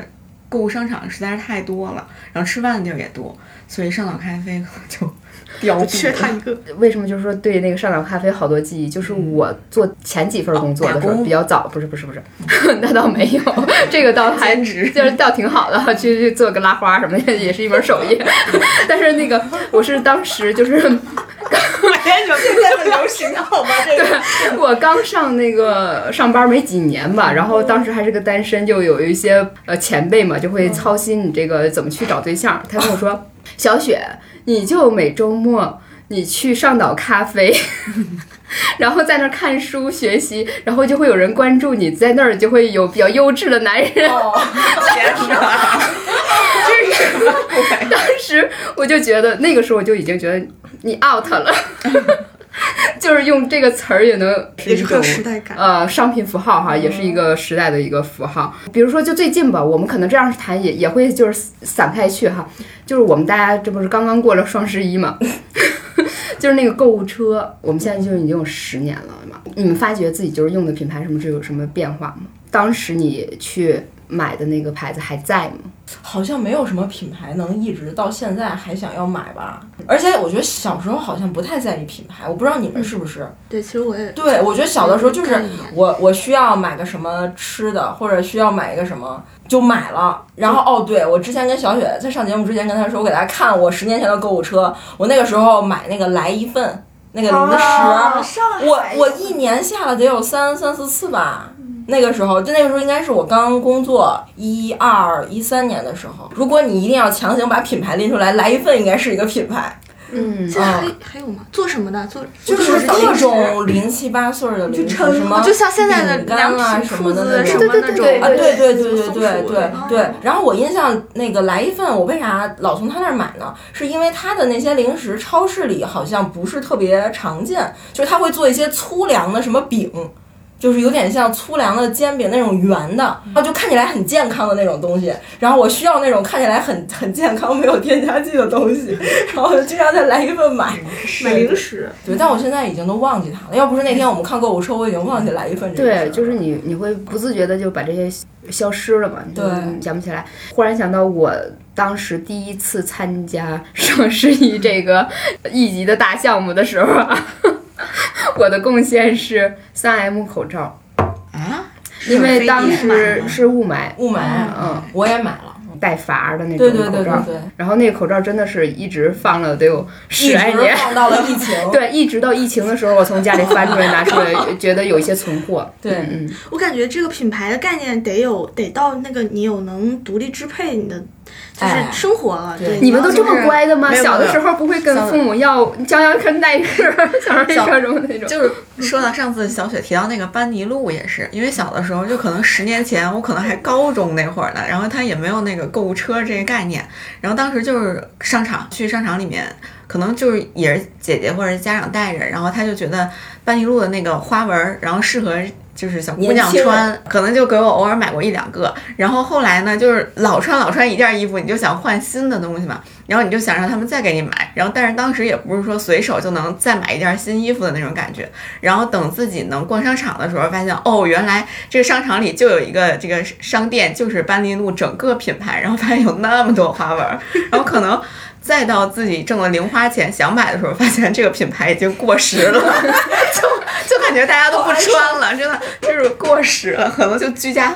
[SPEAKER 3] 购物商场实在是太多了，然后吃饭的地儿也多，所以上岛咖啡可能就 凋敝
[SPEAKER 4] 缺他
[SPEAKER 3] 了。
[SPEAKER 4] 一个。
[SPEAKER 6] 为什么就是说对那个上岛咖啡好多记忆？就是我做前几份工作的时
[SPEAKER 3] 打
[SPEAKER 6] 候
[SPEAKER 3] 工
[SPEAKER 6] 比较早，不是不是不 是，那倒没有， 这个倒还
[SPEAKER 3] 兼职
[SPEAKER 6] 就是倒挺好的，去去做个拉花什么的 也是一门手艺。但是那个我是当时就是 我刚上那个上班没几年吧，然后当时还是个单身，就有一些呃前辈嘛，就会操心你这个怎么去找对象。他跟我说：“小雪，你就每周末你去上岛咖啡。”然后在那儿看书学习，然后就会有人关注你，在那儿就会有比较优质的男人。当时我就觉得，那个时候我就已经觉得你 out 了，就是用这个词儿也能
[SPEAKER 4] 也是很有时代感。
[SPEAKER 6] 呃，商品符号哈，也是一个时代的一个符号。比如说，就最近吧，我们可能这样谈也也会就是散开去哈，就是我们大家这不是刚刚过了双十一嘛，就是那个购物车，我们现在就已经有十年了嘛。你们发觉自己就是用的品牌什么这有什么变化吗？当时你去买的那个牌子还在吗？
[SPEAKER 1] 好像没有什么品牌能一直到现在还想要买吧。而且我觉得小时候好像不太在意品牌，我不知道你们是不是。
[SPEAKER 4] 对，其实我也
[SPEAKER 1] 对，我觉得小的时候就是
[SPEAKER 4] 看一眼
[SPEAKER 1] 我我需要买个什么吃的，或者需要买一个什么就买了。然后哦，对我之前跟小雪在上节目之前跟她说，我给大家看我十年前的购物车，我那个时候买那个来一份那个
[SPEAKER 5] 哦
[SPEAKER 1] 零食，
[SPEAKER 7] 啊上海
[SPEAKER 5] 哎
[SPEAKER 1] 我我一年下了得有三三四次吧。那个时候，就那个时候应该是我刚工作一二一三年的时候。如果你一定要强行把品牌拎出来，来一份应该是一个品牌，
[SPEAKER 6] 嗯，
[SPEAKER 4] 现在还还有吗？做什么的？做
[SPEAKER 1] 啊就是
[SPEAKER 4] 小
[SPEAKER 1] 各
[SPEAKER 4] 零食
[SPEAKER 1] 种零七八碎儿的零食，
[SPEAKER 5] 撑
[SPEAKER 1] 什么
[SPEAKER 4] 就像现在的
[SPEAKER 1] 饼干
[SPEAKER 4] 凉
[SPEAKER 1] 啊
[SPEAKER 4] 皮、
[SPEAKER 1] 什
[SPEAKER 4] 裤
[SPEAKER 1] 么的
[SPEAKER 4] 子
[SPEAKER 1] 那
[SPEAKER 4] 什
[SPEAKER 1] 种
[SPEAKER 4] 么那
[SPEAKER 7] 对对
[SPEAKER 4] 种
[SPEAKER 7] 对
[SPEAKER 1] 啊，
[SPEAKER 4] 啊
[SPEAKER 1] 对对对
[SPEAKER 4] 什么
[SPEAKER 1] 对
[SPEAKER 4] 松
[SPEAKER 1] 对
[SPEAKER 4] 鼠啊
[SPEAKER 1] 对对。
[SPEAKER 4] 哦
[SPEAKER 1] 然后我印象那个来一份，我为啥老从他那儿买呢？是因为他的那些零食超市里好像不是特别常见，就是他会做一些粗粮的什么饼。就是有点像粗粮的煎饼那种圆的，然后就看起来很健康的那种东西。然后我需要那种看起来很很健康、没有添加剂的东西，然后我就经常再来一份买。
[SPEAKER 4] 买零食，
[SPEAKER 1] 对，但我现在已经都忘记它了。要不是那天我们看购物车，我已经忘记来一份这个事儿
[SPEAKER 6] 对，
[SPEAKER 1] 了。
[SPEAKER 6] 就是你你会不自觉的就把这些消失了嘛，你就
[SPEAKER 1] 对
[SPEAKER 6] 想不起来。忽然想到我当时第一次参加 双十一这个一级的大项目的时候啊， 我的贡献是三 M 口罩，
[SPEAKER 3] 啊，
[SPEAKER 6] 因为当
[SPEAKER 3] 是飞碟
[SPEAKER 6] 时
[SPEAKER 3] 吗
[SPEAKER 6] 是雾霾，
[SPEAKER 1] 雾霾，
[SPEAKER 6] 嗯，
[SPEAKER 1] 我也买了。
[SPEAKER 6] 带阀的那
[SPEAKER 1] 对
[SPEAKER 6] 种
[SPEAKER 1] 对
[SPEAKER 6] 口
[SPEAKER 1] 对对
[SPEAKER 6] 罩。
[SPEAKER 1] 对，
[SPEAKER 6] 然后那个口罩真的是一直放了得有
[SPEAKER 1] 一
[SPEAKER 6] 十来
[SPEAKER 1] 直
[SPEAKER 6] 年，
[SPEAKER 1] 放到了疫情。
[SPEAKER 6] 对，一直到疫情的时候，我从家里翻出来拿出来，觉得有一些存货。
[SPEAKER 1] 对
[SPEAKER 6] 嗯，嗯
[SPEAKER 4] 我感觉这个品牌的概念得有得到那个你有能独立支配你的就是
[SPEAKER 1] 哎
[SPEAKER 4] 生活了。
[SPEAKER 1] 对
[SPEAKER 4] 对，
[SPEAKER 6] 你们都这么乖的吗？
[SPEAKER 3] 没有
[SPEAKER 6] 小的时候不会跟父母要将要看耐克、小时候各种那种。
[SPEAKER 3] 就是说到上次小雪提到那个班尼路也是，因为小的时候就可能十年前，我可能还高中那会儿呢，然后他也没有那个购物车这个概念，然后当时就是上场去商场里面，可能就是也是姐姐或者是家长带着，然后他就觉得班尼路的那个花纹儿，然后适合。就是小姑
[SPEAKER 1] 年
[SPEAKER 3] 娘
[SPEAKER 1] 轻人
[SPEAKER 3] 穿，可能就给我偶尔买过一两个，然后后来呢，就是老穿老穿一件衣服，你就想换新的东西嘛，然后你就想让他们再给你买，然后但是当时也不是说随手就能再买一件新衣服的那种感觉，然后等自己能逛商场的时候，发现哦，原来这个商场里就有一个这个商店，就是班尼路整个品牌，然后发现有那么多花纹儿，然后可能再到自己挣了零花钱想买的时候，发现这个品牌已经过时了， 就就感觉大家都不穿了，真的就是过时了，可能就居家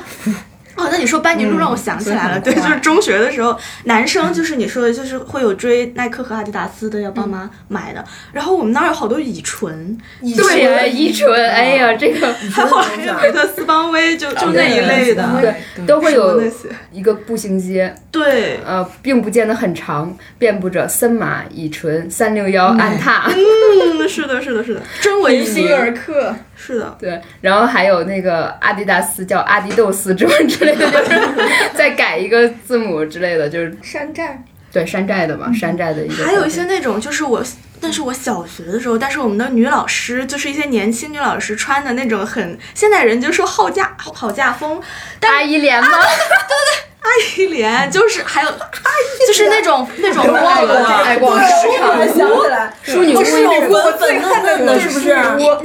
[SPEAKER 4] 哦，那你说班尼路让我想起来了，
[SPEAKER 3] 嗯
[SPEAKER 4] 对，
[SPEAKER 3] 所以
[SPEAKER 4] 就
[SPEAKER 3] 很
[SPEAKER 4] 是中学的时候，男生就是你说的，就是会有追耐克和阿迪达斯的，要帮忙买的。然后我们那儿有好多乙醇，
[SPEAKER 6] 对呀，依纯，哎呀，这个
[SPEAKER 4] 还后来有维特斯邦威，就就那一类的，
[SPEAKER 6] 对都会有
[SPEAKER 4] 那些。
[SPEAKER 6] 一个步行街，
[SPEAKER 4] 对，
[SPEAKER 6] 呃，并不见得很长，遍布着森马、乙醇、三六幺、安踏，
[SPEAKER 4] 嗯，是的，是的，是的，真维
[SPEAKER 6] 星
[SPEAKER 4] 尔，
[SPEAKER 5] 克，
[SPEAKER 4] 是的，
[SPEAKER 6] 对，然后还有那个阿迪达斯叫阿迪豆斯之之类的，就是再改一个字母之类的，就是
[SPEAKER 5] 山寨，
[SPEAKER 6] 对山寨的嘛，山寨的一个。
[SPEAKER 4] 还有一些那种就是我那是我小学的时候，但是我们的女老师就是一些年轻女老师穿的那种很现代人就说好嫁好嫁风， 但
[SPEAKER 2] 阿姨脸吗？
[SPEAKER 4] 阿姨脸就是还有就是那种那种光
[SPEAKER 3] 爱逛
[SPEAKER 4] 的
[SPEAKER 3] 爱逛市场，
[SPEAKER 1] 我想起来，
[SPEAKER 6] 淑女
[SPEAKER 1] 我
[SPEAKER 6] 公
[SPEAKER 1] 是
[SPEAKER 6] 寓
[SPEAKER 1] 有
[SPEAKER 6] 那种，
[SPEAKER 1] 分粉嫩嫩的，是不是？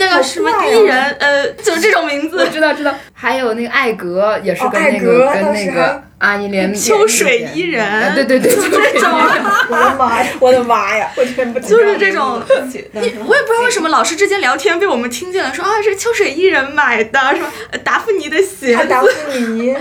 [SPEAKER 4] 那个什么
[SPEAKER 6] 哦
[SPEAKER 4] 艺人呃就是这种名
[SPEAKER 2] 我
[SPEAKER 4] 字，
[SPEAKER 2] 知道知道，
[SPEAKER 6] 还有那个艾格也是
[SPEAKER 7] 哦
[SPEAKER 6] 跟
[SPEAKER 7] 艾
[SPEAKER 6] 那
[SPEAKER 7] 格
[SPEAKER 6] 个跟
[SPEAKER 7] 当时
[SPEAKER 6] 那
[SPEAKER 7] 还
[SPEAKER 6] 个阿依莲
[SPEAKER 4] 秋水伊人，
[SPEAKER 6] 啊对对 对，
[SPEAKER 4] 就是这种。
[SPEAKER 1] 啊
[SPEAKER 7] 我的妈呀！我的妈呀！我真不知道
[SPEAKER 4] 就是这种，
[SPEAKER 3] 我也
[SPEAKER 4] 我也不知道为什么老师之间聊天被我们听见了，说啊是秋水伊人买的，什么呃达芙妮的鞋
[SPEAKER 7] 还
[SPEAKER 4] 子，
[SPEAKER 7] 达芙妮，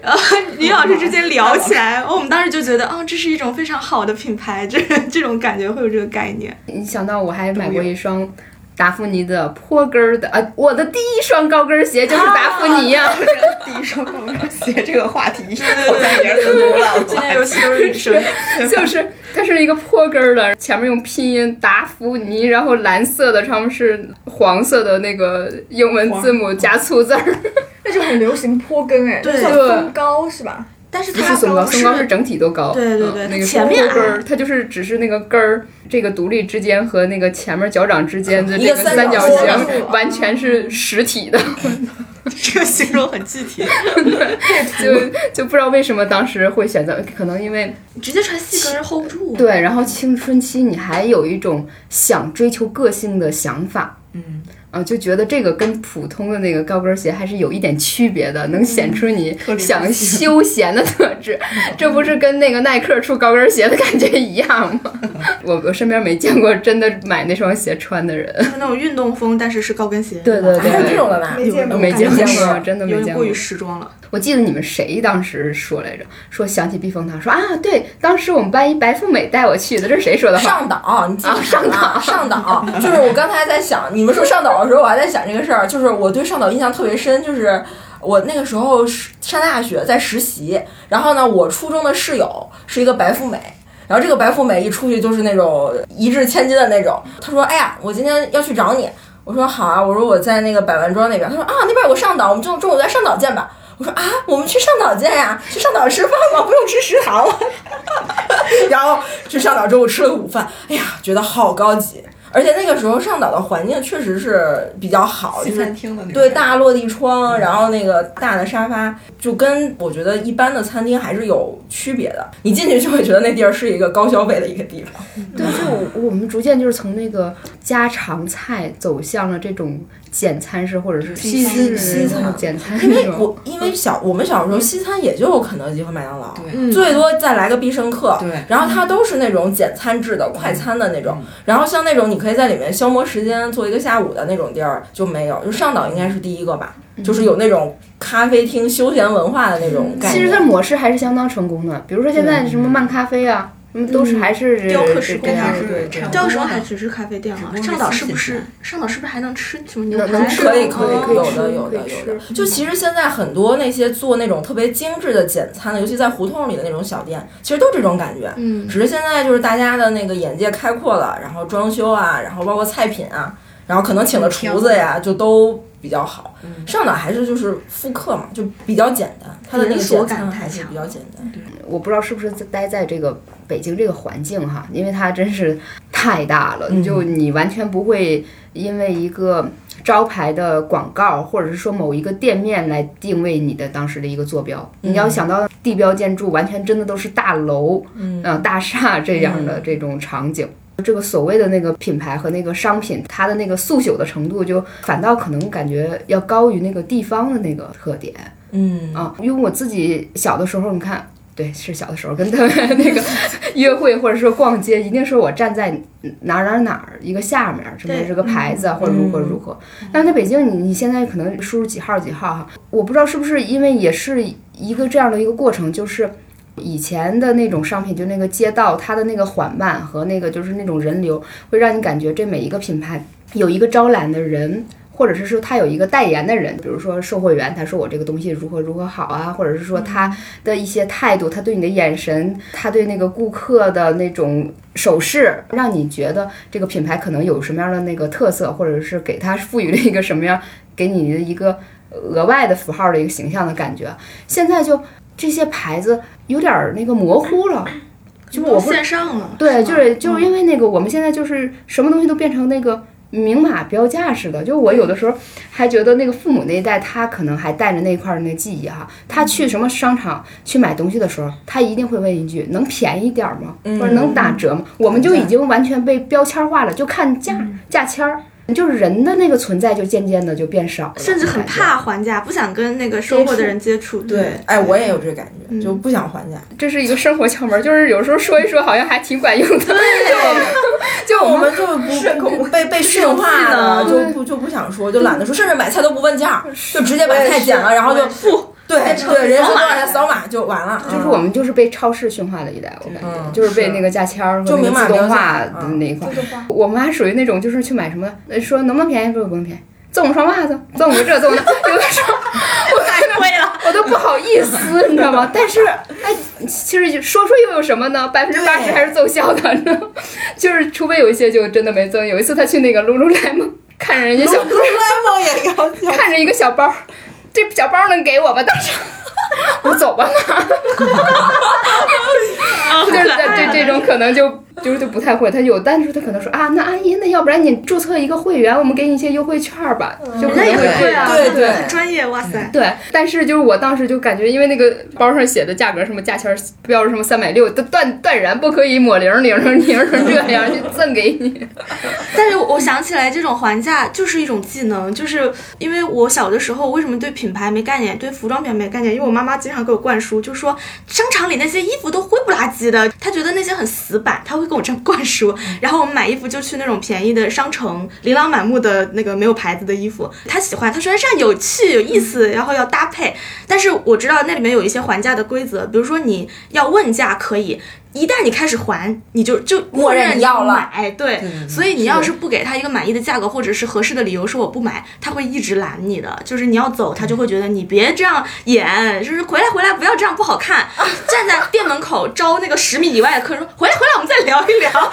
[SPEAKER 4] 然后女老师之间聊起来，我们当时就觉得，啊，这是一种非常好的品牌，这这种感觉会有这个概念。
[SPEAKER 6] 你想到我还买过一双达芙妮的坡跟儿的啊，我的第一双高跟儿鞋就是达芙妮啊呀、
[SPEAKER 3] 第一双高跟鞋这个话题，
[SPEAKER 4] 对 对对，今天尤其都是女生，
[SPEAKER 6] 就是它是一个坡跟儿的，前面用拼音达芙妮，然后蓝色的上面是黄色的那个英文字母加粗字儿，
[SPEAKER 7] 那时候很流行坡跟哎，
[SPEAKER 4] 对
[SPEAKER 7] 算风高是吧？
[SPEAKER 4] 但是
[SPEAKER 6] 不
[SPEAKER 4] 它
[SPEAKER 6] 是松糕，松糕
[SPEAKER 4] 是
[SPEAKER 6] 是整体都高，
[SPEAKER 4] 对对对
[SPEAKER 6] 嗯那个
[SPEAKER 4] 前面
[SPEAKER 6] 坡跟儿它就是只是那个跟儿这个独立之间和那个前面脚掌之间的
[SPEAKER 1] 一
[SPEAKER 6] 这
[SPEAKER 1] 个三
[SPEAKER 6] 三角
[SPEAKER 1] 角形
[SPEAKER 6] 形完全是实体的。
[SPEAKER 4] 这个形容很具体，
[SPEAKER 6] 就就不知道为什么当时会选择，可能因为
[SPEAKER 4] 直接穿细跟儿 hold 不住。
[SPEAKER 6] 对，然后青春期你还有一种想追求个性的想法，
[SPEAKER 3] 嗯，
[SPEAKER 6] 啊，就觉得这个跟普通的那个高跟鞋还是有一点区别的，能显出你
[SPEAKER 3] 特立独
[SPEAKER 6] 想
[SPEAKER 3] 行
[SPEAKER 6] 休闲的特质， 这不是跟那个耐克出高跟鞋的感觉一样吗？ 我我身边没见过真的买那双鞋穿的人，
[SPEAKER 4] 就是那种运动风，但是是高跟鞋，
[SPEAKER 6] 对对
[SPEAKER 1] 还有这种的呢？
[SPEAKER 7] 没见过，
[SPEAKER 6] 没见
[SPEAKER 1] 没见
[SPEAKER 6] 过，
[SPEAKER 1] 过
[SPEAKER 6] 真的没
[SPEAKER 4] 有
[SPEAKER 6] 见
[SPEAKER 4] 点
[SPEAKER 6] 过
[SPEAKER 4] 过于。时装了。
[SPEAKER 6] 我记得你们谁当时说来着？说想起避风塘，说啊，对，当时我们班一白富美带我去的，这是谁说的话？
[SPEAKER 1] 上岛，你记
[SPEAKER 6] 啊
[SPEAKER 1] 得
[SPEAKER 6] 上岛
[SPEAKER 1] 上岛，就是我刚才在想，你们说上岛的时候，我还在想这个事儿，就是我对上岛印象特别深，就是。我那个时候是上大学，在实习，然后呢，我初中的室友是一个白富美，然后这个白富美一出去就是那种一掷千金的那种。她说：“哎呀，我今天要去找你。”我说：“好啊。”我说：“我在那个百万庄那边。”她说：“啊，那边有个上岛，我们就中午在上岛见吧。”我说：“啊，我们去上岛见呀、去上岛吃饭吧，不用吃食堂了。” 然后去上岛之后吃了个午饭，哎呀，觉得好高级。而且那个时候上岛的环境确实是比较好，就
[SPEAKER 3] 西
[SPEAKER 1] 是
[SPEAKER 3] 餐厅的那种
[SPEAKER 1] 对大落地窗，然后那个大的沙发，就跟我觉得一般的餐厅还是有区别的。你进去就会觉得那地儿是一个高消费的一个地方。
[SPEAKER 6] 对，就我我们逐渐就是从那个家常菜走向了这种简餐式或者是西式
[SPEAKER 4] 嗯
[SPEAKER 1] 西餐
[SPEAKER 6] 那种简餐
[SPEAKER 1] 因
[SPEAKER 6] 那
[SPEAKER 1] 为
[SPEAKER 6] 种。
[SPEAKER 1] 我因为小我们小时候西餐也就肯德基和麦当劳，
[SPEAKER 3] 对
[SPEAKER 4] 嗯，
[SPEAKER 1] 最多再来个必胜客。
[SPEAKER 3] 对
[SPEAKER 1] 然后它都是那种简餐制的、快餐的那种
[SPEAKER 3] 嗯，
[SPEAKER 1] 然后像那种你可以在里面消磨时间做一个下午的那种地儿就没有，就上岛应该是第一个吧，
[SPEAKER 6] 嗯
[SPEAKER 1] 就是有那种咖啡厅休闲文化的那种感
[SPEAKER 6] 其实它
[SPEAKER 1] 觉。
[SPEAKER 6] 模式还是相当成功的，比如说现在
[SPEAKER 4] 嗯
[SPEAKER 6] 什么漫咖啡啊，什么都是还是
[SPEAKER 4] 雕刻
[SPEAKER 6] 是
[SPEAKER 4] 时
[SPEAKER 6] 这
[SPEAKER 4] 光
[SPEAKER 6] 样
[SPEAKER 4] 啊
[SPEAKER 6] 的，对
[SPEAKER 3] 这
[SPEAKER 6] 这
[SPEAKER 3] 样
[SPEAKER 6] 样
[SPEAKER 4] 叫什么还只是咖啡店
[SPEAKER 3] 只不
[SPEAKER 4] 啊？
[SPEAKER 3] 过是
[SPEAKER 4] 上岛是
[SPEAKER 3] 新
[SPEAKER 4] 不
[SPEAKER 3] 鲜
[SPEAKER 4] 是
[SPEAKER 3] 的
[SPEAKER 4] 上岛是不是还能吃什么牛
[SPEAKER 6] 能
[SPEAKER 4] 排？啊哦
[SPEAKER 6] 吃
[SPEAKER 1] 可以可以可以，有
[SPEAKER 6] 哦可以
[SPEAKER 1] 的
[SPEAKER 6] 吃
[SPEAKER 1] 有的
[SPEAKER 6] 可以
[SPEAKER 1] 有的。就其实现在很多那些做那种特别精致的简餐的，尤其在胡同里的那种小店，其实都这种感觉。
[SPEAKER 4] 嗯，
[SPEAKER 1] 只是现在就是大家的那个眼界开阔了，然后装修啊，然后包括菜品啊，然后可能请的厨子
[SPEAKER 4] 嗯
[SPEAKER 1] 呀，就都比较好。上岛还是就是复刻嘛，就比较简单，它的那个
[SPEAKER 4] 连锁
[SPEAKER 1] 简
[SPEAKER 4] 感
[SPEAKER 1] 餐
[SPEAKER 4] 太
[SPEAKER 1] 还是
[SPEAKER 4] 强
[SPEAKER 1] 比较简单。
[SPEAKER 6] 我不知道是不是待在这个北京这个环境哈，因为它真是太大了，
[SPEAKER 1] 嗯
[SPEAKER 6] 就你完全不会因为一个招牌的广告，或者是说某一个店面来定位你的当时的一个坐标。
[SPEAKER 1] 嗯
[SPEAKER 6] 你要想到地标建筑，完全真的都是大楼、
[SPEAKER 1] 嗯
[SPEAKER 6] 呃大厦这样的
[SPEAKER 1] 嗯
[SPEAKER 6] 这种场景。这个所谓的那个品牌和那个商品，它的那个速朽的程度，就反倒可能感觉要高于那个地方的那个特点。
[SPEAKER 1] 嗯
[SPEAKER 6] 啊，因为我自己小的时候，你看，对，是小的时候跟他们那个约会或者说逛街，一定是我站在哪儿哪儿哪儿一个下面儿，这边
[SPEAKER 4] 对
[SPEAKER 6] 是个牌子啊，
[SPEAKER 1] 嗯
[SPEAKER 6] 或者如何如何。但是在北京，你你现在可能输入几号几号哈，我不知道是不是因为也是一个这样的一个过程，就是。以前的那种商品，就那个街道，它的那个缓慢和那个就是那种人流，会让你感觉这每一个品牌有一个招揽的人，或者是说他有一个代言的人，比如说售货员，他说我这个东西如何如何好啊，或者是说他的一些态度，他对你的眼神，他对那个顾客的那种手势，让你觉得这个品牌可能有什么样的那个特色，或者是给他赋予了一个什么样，给你的一个额外的符号的一啊个形象的感觉。现在就这些牌子有点儿那个模糊了。就我不
[SPEAKER 4] 线上了，
[SPEAKER 6] 对，就是
[SPEAKER 4] 嗯
[SPEAKER 6] 就是因为那个，我们现在就是什么东西都变成那个明码标价似的。就我有的时候还觉得那个父母那一代，他可能还带着那块儿那记忆哈。他去什么商场去买东西的时候，他一定会问一句：“能便宜点儿吗？或
[SPEAKER 4] 嗯
[SPEAKER 6] 者能打折吗？”我们就已经完全被标签化了，就看价
[SPEAKER 4] 嗯
[SPEAKER 6] 价签儿。就是人的那个存在，就渐渐的就变少了，
[SPEAKER 4] 甚至很
[SPEAKER 6] 感觉
[SPEAKER 4] 怕还价，不想跟那个收货的人接触。
[SPEAKER 1] 对，哎，我也有这感
[SPEAKER 4] 嗯
[SPEAKER 1] 觉，就不想 还价。
[SPEAKER 6] 这是一个生活窍门儿，就是有时候说一说，好像还挺管用的。
[SPEAKER 1] 就我们就不不被被驯化了，就不就不想说，
[SPEAKER 4] 嗯
[SPEAKER 1] 就懒得说，甚至买菜都不问价，就直接把菜捡了，然后就不对对，人家说多少钱扫码就完了，
[SPEAKER 6] 就是我们就是被超市驯化的一代，我感觉、
[SPEAKER 1] 嗯
[SPEAKER 6] 就是被那个价签儿和
[SPEAKER 1] 就
[SPEAKER 6] 那个
[SPEAKER 1] 明码
[SPEAKER 6] 自动
[SPEAKER 1] 标
[SPEAKER 6] 化
[SPEAKER 1] 价
[SPEAKER 6] 的
[SPEAKER 1] 嗯
[SPEAKER 6] 那一块儿。我妈属于那种就是去买什么，呃说能不能便宜，说不能便宜，赠我双袜子，赠我这，赠我那，有 的时候
[SPEAKER 4] 太贵了，
[SPEAKER 6] 我都不好意思，你知道吗？但是哎，其实就说说又有什么呢？百分之八十还是奏效的，你知道吗？就是除非有一些就真的没赠。有一次她去那个 lululemon，看着人家小
[SPEAKER 1] 不是也要讲。
[SPEAKER 6] 看着一个小包，这小包能给我吗？当时我走吧， 妈。就是这这种可能就就是就不太会，他有，但是他可能说啊，那阿姨，那要不然你注册一个会员，我们给你一些优惠券儿吧，就可
[SPEAKER 4] 人家
[SPEAKER 6] 能
[SPEAKER 4] 也
[SPEAKER 6] 会
[SPEAKER 4] 很贵啊，
[SPEAKER 1] 对对
[SPEAKER 4] 很专业，哇塞，
[SPEAKER 6] 对，但是就是我当时就感觉，因为那个包上写的价格什么价签儿标着什么三百六，断断然不可以抹零零零零成这样就赠给你。
[SPEAKER 4] 但是我想起来，这种还价就是一种技能，就是因为我小的时候为什么对品牌没概念，对服装品牌没概念，因为我妈妈经常给我灌输，就说商场里那些衣服都灰不拉几的，她觉得那些很死板，她会跟我这样灌输。然后我们买衣服就去那种便宜的商城，琳琅满目的那个没有牌子的衣服，她喜欢，她说哎这样有趣有意思，然后要搭配。但是我知道那里面有一些还价的规则，比如说你要问价可以。一旦你开始还，你就就
[SPEAKER 1] 默认
[SPEAKER 4] 你
[SPEAKER 1] 要了嗯
[SPEAKER 4] 买，对，所以你要是不给他一个满意的价格，或者是合适的理由说我不买，他会一直拦你
[SPEAKER 1] 啊
[SPEAKER 4] 的。就是你要走，他就会觉得你别这样演，就是回来回来不要这样不好看。站在店门口招那个十米以外的客人说回来回来，我们再聊一聊，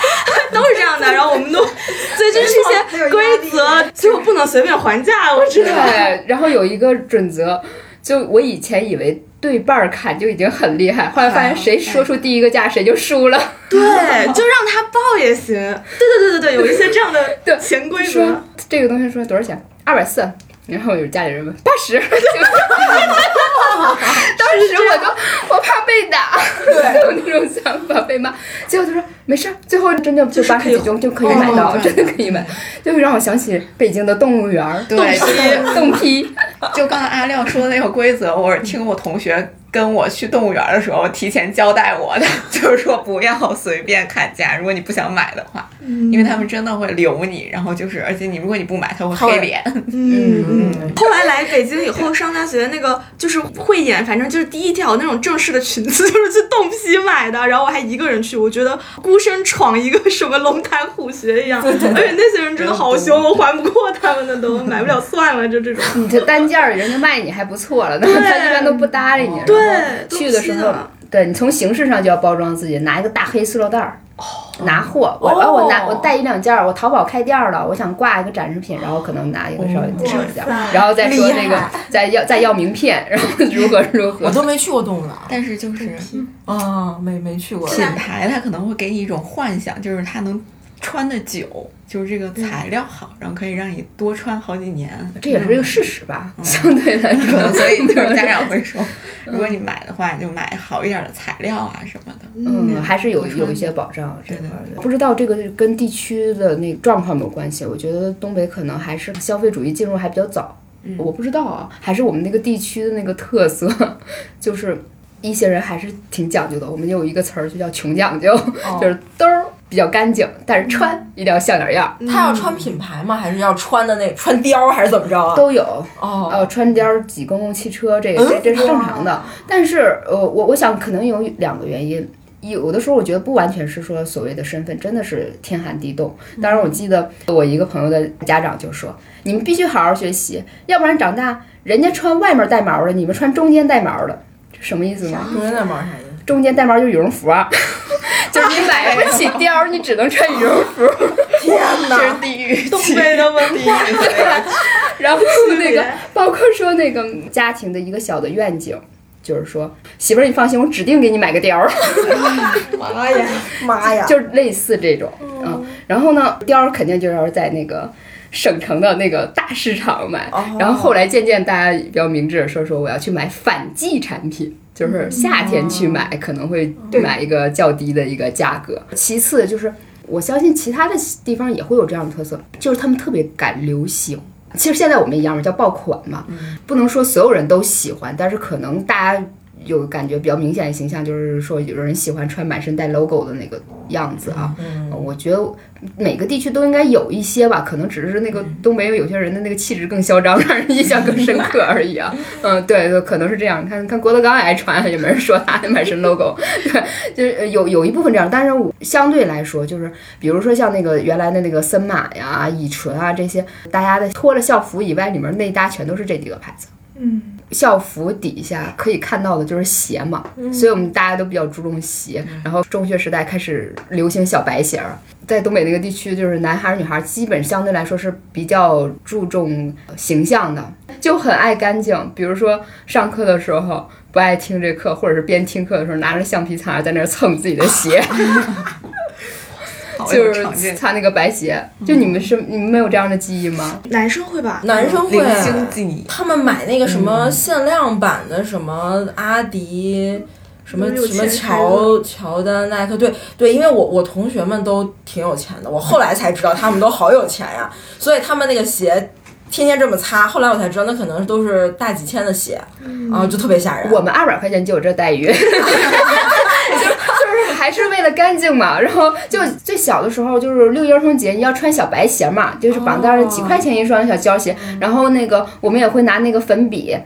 [SPEAKER 4] 都是这样的。然后我们都，所以这是一些规则，所以我不能随便还价，我知道。
[SPEAKER 6] 对，哎然后有一个准则，就我以前以为对半儿砍就已经很厉害，后来发现谁说出第一个价谁就输了。
[SPEAKER 4] 对，就让他报也行。对对对对对，有一些这样 的潜规
[SPEAKER 6] 说
[SPEAKER 4] 则。
[SPEAKER 6] 这个东西说多少钱？二百四。然后有家里人问八 十，当时我都我怕被打， 有那种想法被骂。结果他说没事儿，最后真的就八十几中就可以买
[SPEAKER 1] 哦
[SPEAKER 6] 到，真的可以买，就让我想起北京的动物园儿，
[SPEAKER 3] 对
[SPEAKER 6] 冻批，
[SPEAKER 3] 就刚才阿廖说的那个规则，我是听我同学跟我去动物园的时候提前交代我的， 就是说不要随便砍价，如果你不想买的话，因为他们真的会留你，然后就是，而且你如果你不买，他会黑脸。
[SPEAKER 4] 嗯，后来来北京以后上大学，那个就是汇演，反正就是第一条那种正式的裙子， 就是去洞批买的。然后我还一个人去，我觉得孤身闯一个什么龙潭虎穴一样。而且那些人真的好凶，我还不过他们的都，买不了算了，就这种。
[SPEAKER 6] 你这单件儿人家卖你还不错了，那他一般都不搭理你。
[SPEAKER 4] 对
[SPEAKER 6] 然后，
[SPEAKER 4] 都
[SPEAKER 6] 去的时
[SPEAKER 4] 批
[SPEAKER 6] 候
[SPEAKER 4] 的，
[SPEAKER 6] 对你从形式上就要包装自己，拿一个大黑塑料袋儿。拿货，我、
[SPEAKER 1] 哦
[SPEAKER 6] 我拿我带一两件儿，我淘宝开店儿了，我想挂一个展示品，然后可能拿一个稍微小一点儿，然后再说那个再要再要名片，然后 如何如何
[SPEAKER 1] 我，都没去过动物园儿
[SPEAKER 3] 但 是就是
[SPEAKER 1] 啊，没没去过。
[SPEAKER 3] 品牌，它可能会给你一种幻想，就是它能穿的久，就是这个材料好，然后可以让你多穿好几年。
[SPEAKER 6] 这也是一个事实吧，相对来说，
[SPEAKER 3] 所以就是家长会 说，如果你买的话，你就买好一点的材料啊什么的。
[SPEAKER 6] 嗯，还是有有一些保障这块儿的。不知道这个跟地区的那个状况有没有关系？我觉得东北可能还是消费主义进入还比较早，我不知道啊，还是我们那个地区的那个特色， 就是一些人还是挺讲究的。我们有一个词儿就叫“穷讲究”，就是兜儿比较干净，但是穿一定要像点样儿，
[SPEAKER 1] 他要穿品牌吗？还是要穿的那穿貂儿还是怎么着啊？
[SPEAKER 6] 都有。
[SPEAKER 1] 哦，
[SPEAKER 6] 呃，穿貂儿挤公共汽车，这这这是正常的。但是，呃，我我想可能有两个原因。有的时候我觉得不完全是说所谓的身份，真的是天寒地冻。当然，我记得我一个朋友的家长就说：“你们必须好好学习，要不然长大人家穿外面带毛的，你们穿中间带毛的，这什么意思呢？
[SPEAKER 1] 中间那毛啥意思？
[SPEAKER 6] 中间带毛就是羽绒服啊， 就是你买不起貂儿，你只能穿羽绒服。”
[SPEAKER 1] 天
[SPEAKER 3] 这
[SPEAKER 1] 哪！
[SPEAKER 3] 是地域，
[SPEAKER 4] 东北的文化，
[SPEAKER 6] 然后那个包括说那个家庭的一个小的愿景，就是说媳妇儿你放心，我指定给你买个貂儿。
[SPEAKER 7] 妈呀，
[SPEAKER 1] 妈呀！
[SPEAKER 6] 就是类似这种啊、嗯。然后呢，貂儿肯定就是要在那个省城的那个大市场买。
[SPEAKER 7] 哦
[SPEAKER 6] 然后后来渐渐大家比较明智，说说我要去买反季产品。就是夏天去买，可能会买一个较低的一个价格。其次就是，我相信其他的地方也会有这样的特色，就是他们特别赶流行。其实现在我们一样嘛，叫爆款嘛，不能说所有人都喜欢，但是可能大家有感觉比较明显的形象，就是说有人喜欢穿满身带 logo 的那个样子啊。我觉得每个地区都应该有一些吧，可能只是那个东北有些人的那个气质更嚣张， 让人印象更深刻而已啊。嗯，对，对可能是这样。你看，看郭德纲也爱穿， 也没人说他的满身 logo。对，就是呃有有一部分这样，但是我相对来说，就是比如说像那个原来的那个森马呀、乙醇啊这些，大家的脱了校服以外，里面内搭全都是这几个牌子。
[SPEAKER 7] 嗯，
[SPEAKER 6] 校服底下可以看到的就是鞋嘛，所以我们大家都比较注重鞋。然后中学时代开始流行小白鞋儿，在东北那个地区，就是男孩儿女孩儿基本相对来说是比较注重形象的，就很爱干净。比如说上课的时候不爱听这课，或者是边听课的时候拿着橡皮擦在那儿蹭自己的鞋，
[SPEAKER 3] 好
[SPEAKER 6] 就
[SPEAKER 3] 有
[SPEAKER 6] 是
[SPEAKER 3] 成见，
[SPEAKER 6] 擦那个白鞋。就你们是你们没有这样的记忆吗？
[SPEAKER 4] 男生会吧？
[SPEAKER 1] 男生会
[SPEAKER 3] 零星记忆。
[SPEAKER 1] 他们买那个什么限量版的什么阿迪。什么
[SPEAKER 4] 都是有
[SPEAKER 1] 什么
[SPEAKER 4] 钱孩
[SPEAKER 1] 乔乔丹、耐克，对对，因为我我同学们都挺有钱的，我后来才知道他们都好有钱呀，所以他们那个鞋天天这么擦，后来我才知道那可能都是大几千的鞋，啊，就特别吓人。
[SPEAKER 6] 我们二百块钱就有这待遇，就 就是还是为了干净嘛。然后就最小的时候就是六一儿童节，你要穿小白鞋嘛，就是绑带儿几块钱一双小胶鞋。然后那个我们也会拿那个粉笔。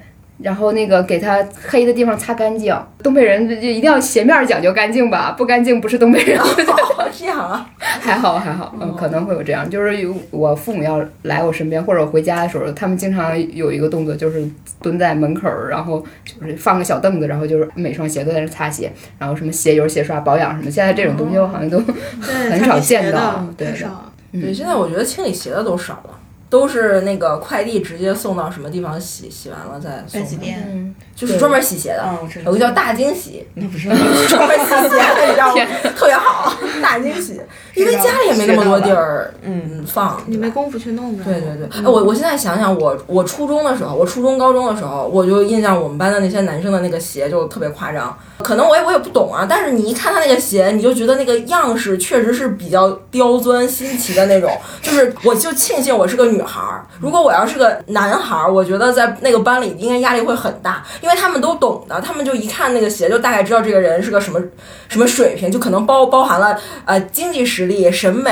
[SPEAKER 6] 然后那个给它黑的地方擦干净，东北人就一定要鞋面儿讲究干净吧，不干净不是东北人。
[SPEAKER 1] 哦 这样啊，
[SPEAKER 6] 还好还好，嗯，可能会有这样，就是有我父母要来我身边或者我回家的时候，他们经常有一个动作，就是蹲在门口儿，然后就是放个小凳子，然后就是每双鞋都在那擦鞋，然后什么鞋油、鞋刷、保养什么，现在这种东西我好像都
[SPEAKER 4] 对，
[SPEAKER 6] 很
[SPEAKER 4] 他
[SPEAKER 6] 少
[SPEAKER 4] 们
[SPEAKER 6] 见
[SPEAKER 4] 学
[SPEAKER 6] 到
[SPEAKER 4] 的
[SPEAKER 6] 对
[SPEAKER 4] 很
[SPEAKER 6] 的
[SPEAKER 4] 少。
[SPEAKER 1] 对，现在我觉得清理鞋的都少了，都是那个快递直接送到什么地方洗，洗完了再送
[SPEAKER 3] 干洗，店，
[SPEAKER 1] 就是专门洗鞋的，
[SPEAKER 3] 我知
[SPEAKER 1] 有个叫大惊喜，
[SPEAKER 3] 那不 是
[SPEAKER 1] 专门洗鞋的，你知道吗？特别好，大惊喜，因为家里也没那么多地儿，嗯，放。
[SPEAKER 4] 你没功夫去弄呗。嗯
[SPEAKER 1] 对对对，哎，我我现在想想，我我初中的时候，我初中高中的时候，我就印象我们班的那些男生的那个鞋就特别夸张，可能我也我也不懂啊，但是你一看他那个鞋，你就觉得那个样式确实是比较刁钻新奇的那种，就是我就庆幸我是个女孩儿，如果我要是个男孩儿，我觉得在那个班里应该压力会很大，因为他们都懂的，他们就一看那个鞋就大概知道这个人是个什么什么水平，就可能包包含了呃经济实力、审美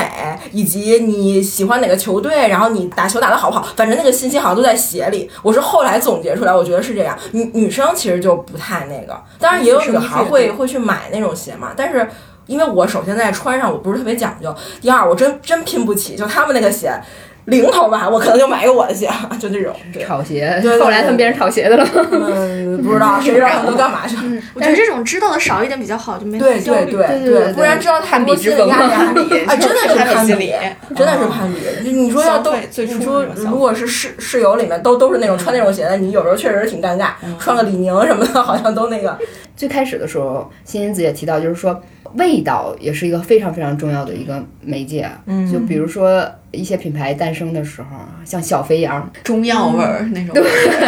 [SPEAKER 1] 以及你喜欢哪个球队，然后你打球打得好不好，反正那个信息好像都在鞋里。我是后来总结出来，我觉得是这样。女女生其实就不太那个，当然也有女孩会会去买那种鞋嘛，但是。因为我首先在穿上我不是特别讲究，第二我真真拼不起，就他们那个鞋，零头吧，我可能就买一个我的鞋，就那种。对，
[SPEAKER 6] 炒鞋
[SPEAKER 1] 对对，对
[SPEAKER 6] 后来他们变成炒鞋的了。
[SPEAKER 1] 嗯，不知道谁知道他们都干嘛去了。
[SPEAKER 4] 我觉得这种知道的少一点比较好，就没
[SPEAKER 1] 对
[SPEAKER 4] 焦
[SPEAKER 1] 对
[SPEAKER 4] 虑。
[SPEAKER 1] 对
[SPEAKER 6] 对对
[SPEAKER 1] 不然知道太
[SPEAKER 6] 攀
[SPEAKER 1] 多
[SPEAKER 6] 比
[SPEAKER 1] 心
[SPEAKER 6] 之
[SPEAKER 1] 理
[SPEAKER 6] 风
[SPEAKER 1] 压力
[SPEAKER 3] 嗯
[SPEAKER 1] 啊，啊真的是
[SPEAKER 3] 攀比
[SPEAKER 1] 攀
[SPEAKER 3] 心
[SPEAKER 1] 比
[SPEAKER 3] 理，
[SPEAKER 1] 真的是攀比。你你说要都，
[SPEAKER 3] 消费最初
[SPEAKER 1] 你说
[SPEAKER 3] 那种消费
[SPEAKER 1] 如果是室室友里面都都是那种穿那种鞋的，你有时候确实挺尴尬，穿个李宁什么的，好像都那个。
[SPEAKER 6] 最开始的时候，欣欣子也提到，就是说味道也是一个非常非常重要的一个媒介。嗯，就比如说一些品牌诞生的时候，啊像小肥羊，
[SPEAKER 3] 中药味儿那种，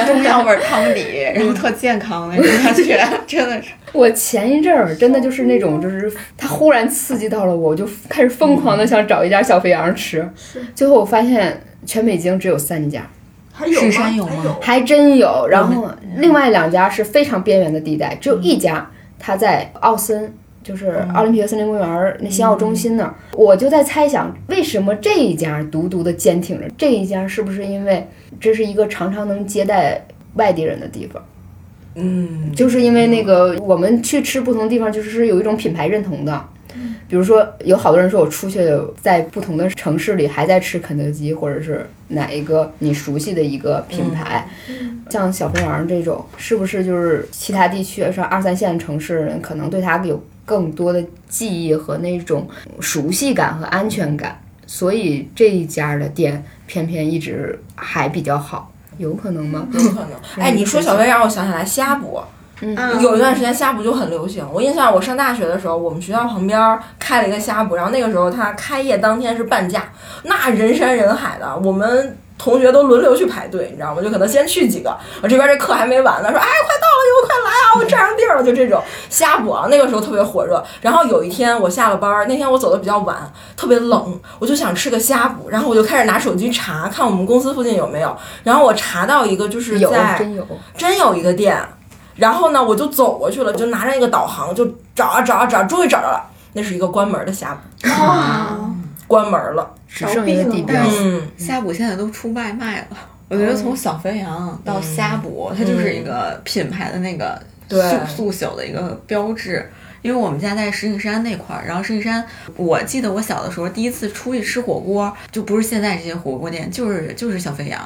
[SPEAKER 3] 中药味儿汤底，然后特健康那种感觉，真的是。
[SPEAKER 6] 我前一阵儿真的就是那种，就是它忽然刺激到了我，我就开始疯狂的想找一家小肥羊吃。最后我发现全北京只有三家，
[SPEAKER 7] 还有
[SPEAKER 3] 沈
[SPEAKER 7] 吗？
[SPEAKER 3] 山有吗
[SPEAKER 7] 还有
[SPEAKER 6] 还真有。然后另外两家是非常边缘的地带，只有一家，它在奥森，就是奥林匹克森林公园儿那新奥中心那儿。我就在猜想，为什么这一家独独的坚挺着？这一家是不是因为这是一个常常能接待外地人的地方？
[SPEAKER 1] 嗯，
[SPEAKER 6] 就是因为那个我们去吃不同地方，就是是有一种品牌认同的。比如说，有好多人说我出去在不同的城市里还在吃肯德基，或者是哪一个你熟悉的一个品牌，像小肥羊这种，是不是就是其他地区像二三线城市人可能对它有更多的记忆和那种熟悉感和安全感，所以这一家的店偏偏一直还比较好，有可能吗？
[SPEAKER 1] 有可能。哎，你说小肥羊，我想起来虾补。
[SPEAKER 4] 嗯
[SPEAKER 1] 有一段时间呷哺就很流行。我印象，我上大学的时候，我们学校旁边开了一个呷哺，然后那个时候它开业当天是半价，那人山人海的，我们。同学都轮流去排队，你知道吗？就可能先去几个，我这边这课还没完呢，说哎，快到了，你们快来啊，我占上地儿了，就这种呷哺啊，那个时候特别火热。然后有一天我下了班儿，那天我走的比较晚，特别冷，我就想吃个呷哺，然后我就开始拿手机查看我们公司附近有没有，然后我查到一个就是
[SPEAKER 6] 有
[SPEAKER 1] 在
[SPEAKER 6] 真有，
[SPEAKER 1] 真有一个店，然后呢，我就走过去了，就拿着那个导航就找啊找啊找，终于找着了，那是一个关门的呷哺，
[SPEAKER 4] 哦，
[SPEAKER 1] 关门了。
[SPEAKER 6] 只剩一个地标
[SPEAKER 3] 倒。闭了
[SPEAKER 1] 嗯，
[SPEAKER 3] 呷哺现在都出外卖了。我觉得从小肥羊到呷哺，它就是一个品牌的那个
[SPEAKER 1] 对
[SPEAKER 3] 速速朽的一个标志。因为我们家在石景山那块儿，然后石景山，我记得我小的时候第一次出去吃火锅，就不是现在这些火锅店，就是就是小肥羊，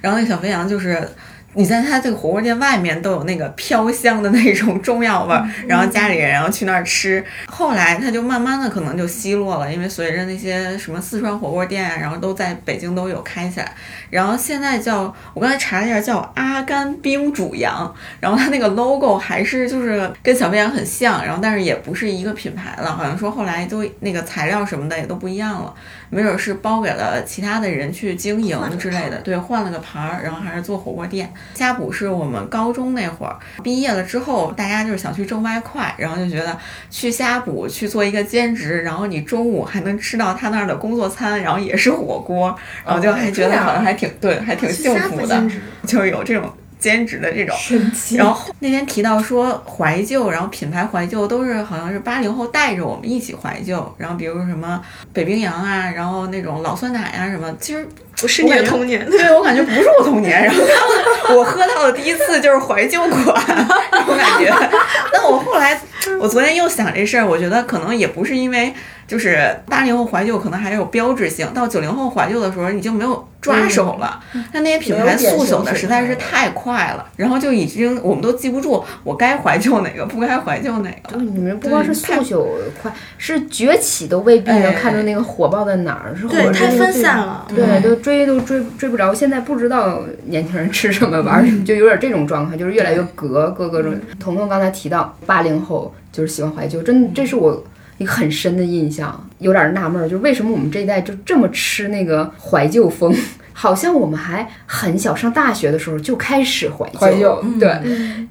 [SPEAKER 3] 然后那个小肥羊就是。你在它这个火锅店外面都有那个飘香的那种中药味儿，然后家里人然后去那儿吃，后来它就慢慢的可能就稀落了，因为随着那些什么四川火锅店啊，然后都在北京都有开起来，然后现在叫我刚才查了一下叫阿甘冰煮羊，然后它那个 logo 还是就是跟小肥羊很像，然后但是也不是一个品牌了，好像说后来都那个材料什么的也都不一样了，没准是包给了其他的人去经营之类的，对，换了个牌儿，然后还是做火锅店。呷哺是我们高中那会儿毕业了之后，大家就是想去挣外快，然后就觉得去呷哺去做一个兼职，然后你中午还能吃到他那儿的工作餐，然后也是火锅，然后就还觉得好像还挺对，还挺幸福的，就是有这种兼职的这种。
[SPEAKER 7] 神奇
[SPEAKER 3] 然后那天提到说怀旧，然后品牌怀旧都是好像是八零后带着我们一起怀旧，然后比如什么北冰洋啊，然后那种老酸奶啊什么，其实
[SPEAKER 4] 不是你的童年，
[SPEAKER 3] 对我感觉不是我童年，然后他们我喝到的第一次就是怀 旧款，我感觉。 但我后来，我昨天又想这事儿，我觉得可能也不是因为就是八零后怀旧，可能还有标志性，到九零后怀旧的时候已经没有抓手了。嗯但那些品牌速朽的实在是太快了，然后就已经我们都记不住我该怀旧哪个，不该怀旧哪个
[SPEAKER 6] 就
[SPEAKER 3] 了。
[SPEAKER 6] 是你们不光是
[SPEAKER 3] 对
[SPEAKER 6] 速
[SPEAKER 3] 太
[SPEAKER 6] 朽快，是崛起都未必能
[SPEAKER 3] 哎
[SPEAKER 6] 看出那个火爆在哪儿，是火
[SPEAKER 4] 对，
[SPEAKER 6] 是
[SPEAKER 4] 太
[SPEAKER 6] 那个
[SPEAKER 4] 分
[SPEAKER 6] 地
[SPEAKER 4] 散
[SPEAKER 6] 方。
[SPEAKER 4] 了。
[SPEAKER 6] 对，都追都追追不着，现在不知道年轻人吃什么玩儿什么，就有点这种状态，就是越来越隔各各种。彤彤刚才提到八零后就是喜欢怀旧，真这是我一个很深的印象，有点纳闷儿，就是为什么我们这一代就这么吃那个怀旧风？ 好像我们还很小，上大学的时候就开始怀旧。
[SPEAKER 1] 怀旧嗯
[SPEAKER 6] 对，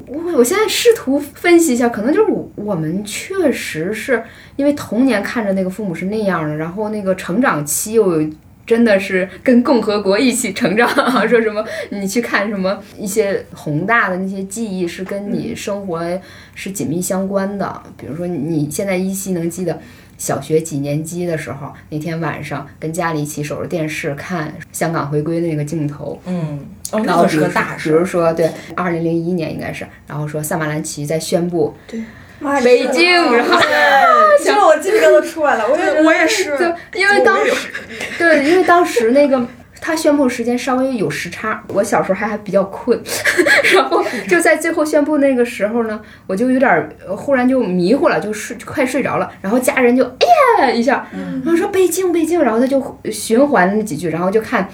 [SPEAKER 6] 我我现在试图分析一下，可能就是我我们确实是因为童年看着那个父母是那样的，然后那个成长期又有真的是跟共和国一起成长，啊说什么你去看什么一些宏大的那些记忆是跟你生活是紧密相关的，比如说你现在依稀能记得。小学几年级的时候，那天晚上跟家里一起守着电视看香港回归的那个镜头，
[SPEAKER 1] 嗯，哦，
[SPEAKER 6] 然
[SPEAKER 1] 那
[SPEAKER 6] 后
[SPEAKER 1] 可
[SPEAKER 6] 比
[SPEAKER 1] 是
[SPEAKER 6] 如
[SPEAKER 1] 个
[SPEAKER 6] 说
[SPEAKER 1] 大
[SPEAKER 6] 比
[SPEAKER 1] 事
[SPEAKER 6] 如
[SPEAKER 1] 儿。
[SPEAKER 6] 说对，二零零一年应该是，然后说萨马兰奇在宣布
[SPEAKER 7] 妈呀
[SPEAKER 6] 北京，然后
[SPEAKER 7] 你知道我鸡皮疙瘩都出来了，我也
[SPEAKER 4] 我也是，
[SPEAKER 6] 对，因为当时，对，因为当时那个他宣布时间稍微有时差，我小时候还还比较困， 然后就在最后宣布那个时候呢，我就有点儿呃忽然就迷糊了，就睡快睡着了，然后家人就哎呀一下，然后说北京北京，然后他就循环那几句，然后就看。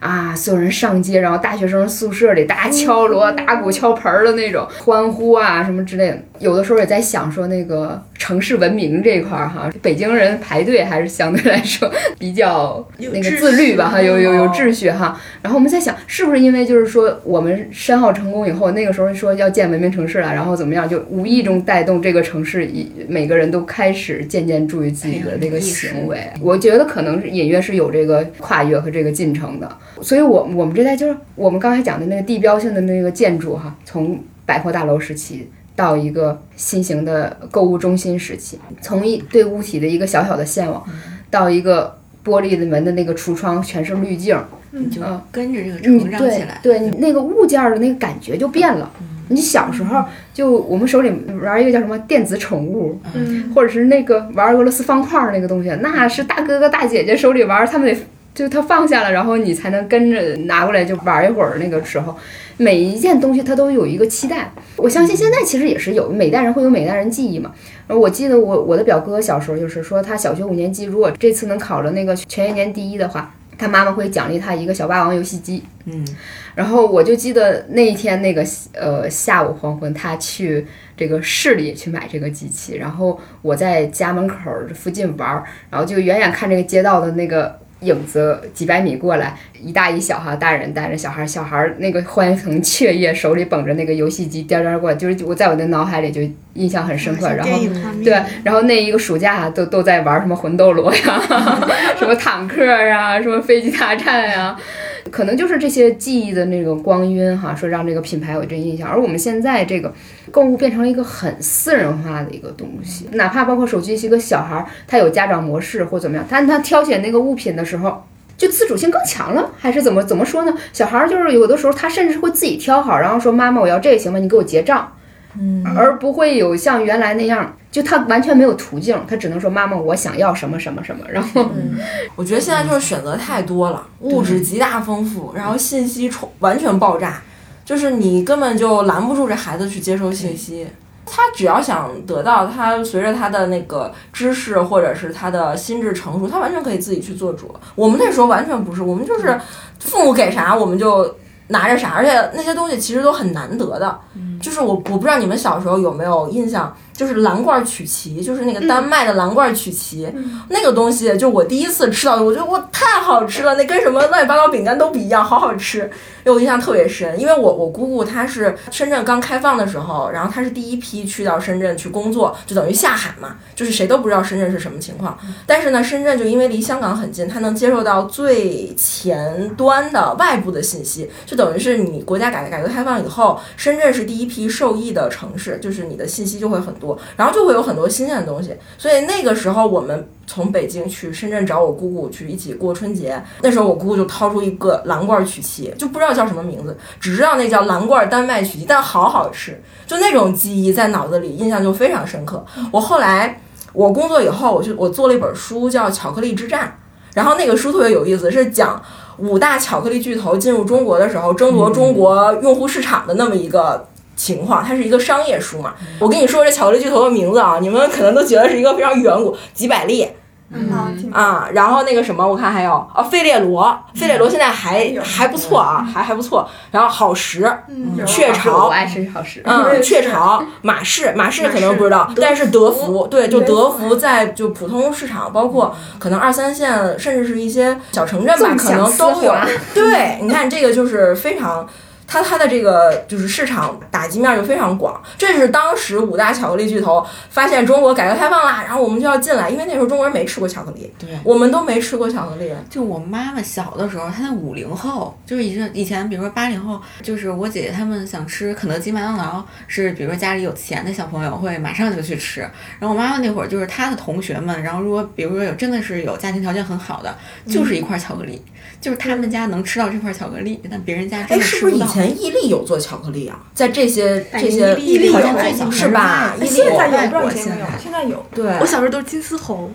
[SPEAKER 6] 啊！所有人上街，然后大学生宿舍里大家敲锣、打鼓、敲盆儿的那种欢呼啊，什么之类的。有的时候也在想说，那个城市文明这一块儿哈，北京人排队还是相对来说比较
[SPEAKER 4] 有
[SPEAKER 6] 那个
[SPEAKER 4] 秩
[SPEAKER 6] 自律
[SPEAKER 4] 序
[SPEAKER 6] 吧，哈，有有有
[SPEAKER 1] 哦
[SPEAKER 6] 秩序哈。然后我们在想，是不是因为就是说我们申奥成功以后，那个时候说要建文明城市了，然后怎么样，就无意中带动这个城市一每个人都开始渐渐注意自己的那个行为。我觉得可能是隐约是有这个跨越和这个进程的。所以我我们这代就是我们刚才讲的那个地标性的那个建筑哈，从百货大楼时期。到一个新型的购物中心时期，从一对物体的一个小小的向往，到一个玻璃的门的那个橱窗全是滤镜，
[SPEAKER 3] 你就
[SPEAKER 6] 嗯
[SPEAKER 3] 跟着这个成
[SPEAKER 6] 嗯，
[SPEAKER 3] 长起
[SPEAKER 6] 对
[SPEAKER 3] 来，
[SPEAKER 6] 对，你那个物件儿的那个感觉就变了。你小时候就我们手里玩一个叫什么电子宠物，
[SPEAKER 4] 嗯，
[SPEAKER 6] 或者是那个玩俄罗斯方块儿那个东西，那是大哥哥大姐姐手里玩，他们得就他放下了，然后你才能跟着拿过来就玩一会儿。那个时候，每一件东西它都有一个期待。我相信现在其实也是有，每代人会有每代人记忆嘛。然后我记得我我的表哥小时候就是说，他小学五年级如果这次能考了那个全一年第一的话。他妈妈会奖励他一个小霸王游戏机。
[SPEAKER 3] 嗯，
[SPEAKER 6] 然后我就记得那一天那个呃下午黄昏，他去这个市里去买这个机器，然后我在家门口儿附近玩儿，然后就远远看这个街道的那个影子几百米过来，一大一小哈，大人带着小孩儿，小孩儿那个欢腾雀跃，手里捧着那个游戏机颠儿颠儿过来，就是我在我的脑海里就印象很
[SPEAKER 7] 嗯
[SPEAKER 5] 啊
[SPEAKER 6] 深刻，然后。对，然后那一个暑假啊都都在玩什么魂斗罗呀，什么坦克啊，什么飞机大战呀、可能就是这些记忆的那个光晕哈，说让这个品牌有这印象。而我们现在这个购物变成了一个很私人化的一个东西，哪怕包括手机，一个小孩儿他有家长模式或怎么样，但他挑选那个物品的时候。就自主性更强了，还是怎么怎么说呢？小孩儿就是有的时候他甚至会自己挑好，然后说妈妈我要这个行吗？你给我结账，而不会有像原来那样，就他完全没有途径，他只能说妈妈，我想要什么什么什么，然后
[SPEAKER 1] 我觉得现在就是选择太多了，物质极大丰富，然后信息充完全爆炸，就是你根本就拦不住这孩子去接收信息。他只要想得到，他随着他的那个知识或者是他的心智成熟，他完全可以自己去做主。我们那时候完全不是，我们就是父母给啥我们就拿着啥，而且那些东西其实都很难得的。就是我我不知道你们小时候有没有印象，就是蓝罐曲奇，就是那个丹麦的蓝罐曲奇，那个东西就我第一次吃到，我觉得哇太好吃了，那跟什么乱七八糟饼干都不一样，好好吃。因为我印象特别深，因为我我姑姑她是深圳刚开放的时候，然后她是第一批去到深圳去工作，就等于下海嘛，就是谁都不知道深圳是什么情况。但是呢，深圳就因为离香港很近，她能接受到最前端的外部的信息，就等于是你国家改改革开放以后，深圳是第一批受益的城市，就是你的信息就会很多，然后就会有很多新鲜的东西。所以那个时候我们。从北京去深圳找我姑姑去一起过春节，那时候我姑姑就掏出一个蓝罐曲奇，就不知道叫什么名字，只知道那叫蓝罐丹麦曲奇，但好好吃，就那种记忆在脑子里印象就非常深刻。我后来我工作以后，我就我做了一本书叫《巧克力之战》，然后那个书特别有意思，是讲五大巧克力巨头进入中国的时候争夺中国用户市场的那么一个。情况，它是一个商业书嘛。我跟你说这巧克力巨头的名字啊，你们可能都觉得是一个非常远古，几百列，
[SPEAKER 3] 嗯
[SPEAKER 5] 嗯
[SPEAKER 1] 啊，然后那个什么，我看还有啊，费列罗，费列罗现在还还不错啊，还还不错。然后好时、
[SPEAKER 7] 嗯
[SPEAKER 1] 雀
[SPEAKER 6] 我
[SPEAKER 1] 巢，
[SPEAKER 6] 爱吃好吃。
[SPEAKER 1] 嗯，雀巢、马氏，马氏可能不知道，但是德芙，对，就德芙在就普通市场，包括可能二三线，甚至是一些小城镇吧，
[SPEAKER 6] 纵
[SPEAKER 1] 可
[SPEAKER 6] 享
[SPEAKER 1] 能
[SPEAKER 6] 丝
[SPEAKER 1] 都有
[SPEAKER 6] 滑。
[SPEAKER 1] 对，你看这个就是非常。它它的这个就是市场打击面就非常广，这是当时五大巧克力巨头发现中国改革开放啦，然后我们就要进来，因为那时候中国人没吃过巧克力，
[SPEAKER 3] 对
[SPEAKER 1] 我们都没吃过巧克力。
[SPEAKER 3] 就我妈妈小的时候，她在五零后，就是以前以前，比如说八零后，就是我姐姐她们想吃肯德基、麦当劳，是比如说家里有钱的小朋友会马上就去吃。然后我妈妈那会儿就是她的同学们，然后如果比如说有真的是有家庭条件很好的，就是一块巧克力，就是他
[SPEAKER 6] 嗯
[SPEAKER 3] 们家能吃到这块巧克力，但别人家真
[SPEAKER 1] 哎，
[SPEAKER 3] 的
[SPEAKER 1] 是
[SPEAKER 3] 吃
[SPEAKER 1] 不是
[SPEAKER 3] 不
[SPEAKER 1] 以前
[SPEAKER 3] 到。
[SPEAKER 1] 伊利有做巧克力啊？在这些这
[SPEAKER 4] 哎
[SPEAKER 1] 些
[SPEAKER 4] 伊利
[SPEAKER 1] 好像
[SPEAKER 3] 有
[SPEAKER 1] 最早
[SPEAKER 3] 好像
[SPEAKER 1] 是吧？伊
[SPEAKER 3] 是
[SPEAKER 1] 利
[SPEAKER 7] 哎现在
[SPEAKER 1] 有
[SPEAKER 7] 有，
[SPEAKER 3] 外
[SPEAKER 7] 不知道
[SPEAKER 3] 国
[SPEAKER 7] 以前有没有
[SPEAKER 3] 现在，
[SPEAKER 7] 现在有。
[SPEAKER 1] 对
[SPEAKER 4] 我，小时候都是金丝猴，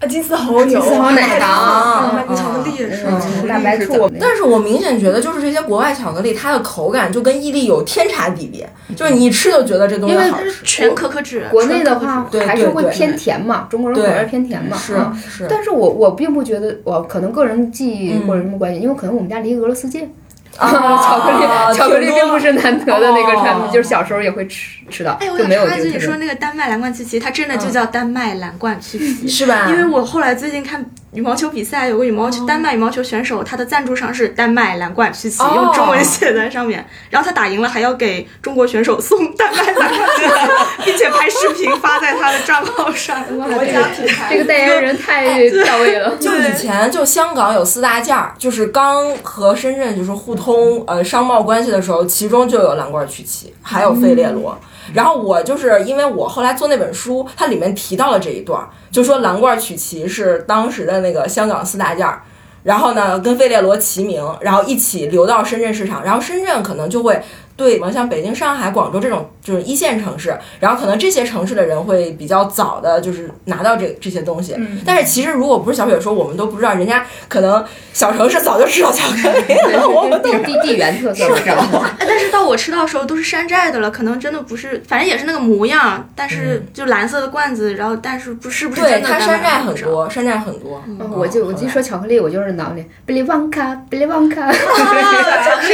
[SPEAKER 7] 啊，金丝猴有，
[SPEAKER 6] 金丝猴奶糖
[SPEAKER 7] 麦克
[SPEAKER 4] 巧克力也是。
[SPEAKER 6] 嗯，
[SPEAKER 3] 大
[SPEAKER 6] 大
[SPEAKER 3] 白
[SPEAKER 6] 白
[SPEAKER 3] 兔
[SPEAKER 6] 兔，
[SPEAKER 1] 但是我明显觉得就是这些国外巧克力，它的口感就跟伊利有天差地别，就是你一吃就觉得这东西
[SPEAKER 6] 因为
[SPEAKER 1] 好
[SPEAKER 6] 它
[SPEAKER 1] 吃。
[SPEAKER 4] 全可可脂，
[SPEAKER 6] 国内的话
[SPEAKER 1] 对
[SPEAKER 6] 还是
[SPEAKER 1] 对
[SPEAKER 6] 会
[SPEAKER 1] 对
[SPEAKER 6] 偏甜嘛，中国人口味儿偏甜嘛。
[SPEAKER 1] 是啊
[SPEAKER 6] 嗯
[SPEAKER 1] 是，
[SPEAKER 6] 但是我我并不觉得，我可能个人记忆
[SPEAKER 1] 嗯
[SPEAKER 6] 或者什么关系，因为可能我们家离俄罗斯近，
[SPEAKER 1] 啊
[SPEAKER 6] 巧克
[SPEAKER 1] 挺多
[SPEAKER 6] 哦力巧克力并不是难得的那个产品
[SPEAKER 1] 哦，
[SPEAKER 6] 就是小时候也会吃吃到
[SPEAKER 4] 哎，，我
[SPEAKER 6] 就没有
[SPEAKER 4] 想插一
[SPEAKER 6] 这
[SPEAKER 4] 句，
[SPEAKER 6] 个
[SPEAKER 4] 你
[SPEAKER 6] 特
[SPEAKER 4] 说
[SPEAKER 6] 别。
[SPEAKER 4] 那个丹麦蓝罐曲奇，它真的就叫丹麦蓝罐曲奇，
[SPEAKER 1] 是吧？
[SPEAKER 4] 因为我后来最近看羽毛球比赛，有个羽毛球丹麦羽毛球选手，他的赞助商是丹麦蓝罐曲奇，
[SPEAKER 1] 哦
[SPEAKER 4] 用中文写在上面。然后他打赢了，还要给中国选手送丹麦蓝罐曲奇，并且拍视频发在他的账号上。
[SPEAKER 7] 国家品牌。
[SPEAKER 6] 这个代言人太到位了。
[SPEAKER 1] 就以前就香港有四大件儿，就是刚和深圳就是互通呃商贸关系的时候，其中就有蓝罐曲奇，还有费列罗。然后我就是因为我后来做那本书，它里面提到了这一段儿，就说蓝罐曲奇是当时的那个香港四大件儿。然后呢，跟费列罗齐名，然后一起流到深圳市场，然后深圳可能就会对，像北京、上海、广州这种就是一线城市，然后可能这些城市的人会比较早的，就是拿到这这些东西。但是其实如果不是小雪说，我们都不知道，人家可能小城市早就吃到巧克力了，我们都
[SPEAKER 6] 地地缘特色不知道。
[SPEAKER 4] 哎，但是到我吃到的时候都是山寨的了，可能真的不是，反正也是那个模样，但是就蓝色的罐子，然后但是不是不 是
[SPEAKER 1] 对
[SPEAKER 4] 真的
[SPEAKER 1] 它
[SPEAKER 4] 咱们
[SPEAKER 1] 山寨
[SPEAKER 4] 不
[SPEAKER 1] 很嗯
[SPEAKER 4] 知道。
[SPEAKER 1] 多，山寨很多。
[SPEAKER 6] 我就我
[SPEAKER 1] 好
[SPEAKER 6] 一
[SPEAKER 1] 吧
[SPEAKER 6] 说巧克力，我就是脑里贝利旺卡，贝利旺卡，
[SPEAKER 4] 巧克力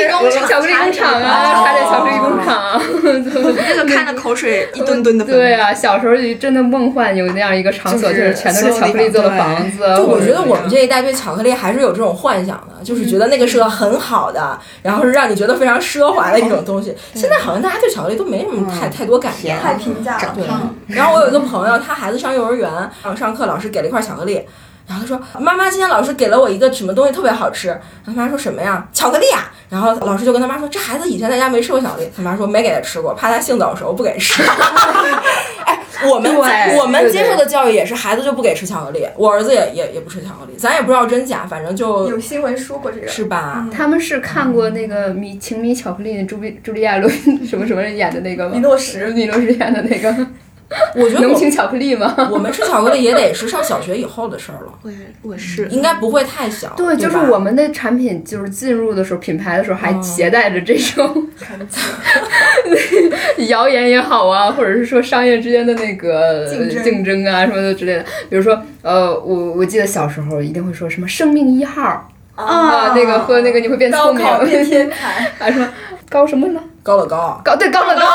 [SPEAKER 4] 工厂，
[SPEAKER 6] 巧克力工厂 啊，插在巧克力工厂啊。
[SPEAKER 4] 那个看的口水一吨吨的喷。
[SPEAKER 6] 对啊，小时候就真的梦幻有那样一个场所，
[SPEAKER 3] 就
[SPEAKER 6] 就是是全都是巧克力做的房子。
[SPEAKER 1] 就
[SPEAKER 6] 或
[SPEAKER 1] 我
[SPEAKER 6] 者
[SPEAKER 1] 觉得我们
[SPEAKER 6] 怎么样
[SPEAKER 1] 这一代对嗯巧克力还是有这种幻想的，就是觉得那个是个很好的，然后是让你觉得非常奢华的一种东西。现在好像大家对巧克力都没什么太嗯太多感觉了。
[SPEAKER 5] 太平价了。
[SPEAKER 1] 对，
[SPEAKER 6] 嗯
[SPEAKER 1] 然后我有一个朋友，他孩子上幼儿园，然后上课老师给了一块巧克力，然后他说：“妈妈，今天老师给了我一个什么东西特别好吃。”然后他妈说什么呀？巧克力啊！然后老师就跟他妈说：“这孩子以前在家没吃过巧克力。”他妈说：“没给他吃过，怕他性早熟，不给 吃。” 哎，我们
[SPEAKER 6] 对
[SPEAKER 1] 我们
[SPEAKER 6] 对
[SPEAKER 1] 接受的教育也是孩子就不给吃巧克力，我儿子也也也不吃巧克力，咱也不知道真假，反正就
[SPEAKER 7] 有新闻说过这个，
[SPEAKER 1] 嗯是吧。
[SPEAKER 6] 他们是看过那个《米情迷巧克力》朱莉朱莉亚罗 什么什么人演的那个吗？
[SPEAKER 7] 米诺什
[SPEAKER 6] 米诺什演的那个
[SPEAKER 1] 我觉得
[SPEAKER 6] 浓
[SPEAKER 1] 我
[SPEAKER 6] 情巧克力吗？
[SPEAKER 1] 我们吃巧克力也得是上小学以后的事儿了，
[SPEAKER 4] 我也我是
[SPEAKER 1] 应该不会太小。
[SPEAKER 6] 对，就是
[SPEAKER 1] 吧
[SPEAKER 6] 我们的产品，就是进入的时候，品牌的时候还
[SPEAKER 1] 嗯
[SPEAKER 6] 携带着这种 谣言也好啊，或者是说商业之间的那个
[SPEAKER 7] 竞争
[SPEAKER 6] 竞争啊什么的之类的。比如说，呃，我我记得小时候一定会说什么“生命一号”啊，那个喝那个你会变
[SPEAKER 7] 高
[SPEAKER 6] 聪明，
[SPEAKER 7] 考变天才，
[SPEAKER 6] 还说高什么呢？
[SPEAKER 1] 高乐高，
[SPEAKER 6] 高对高乐高，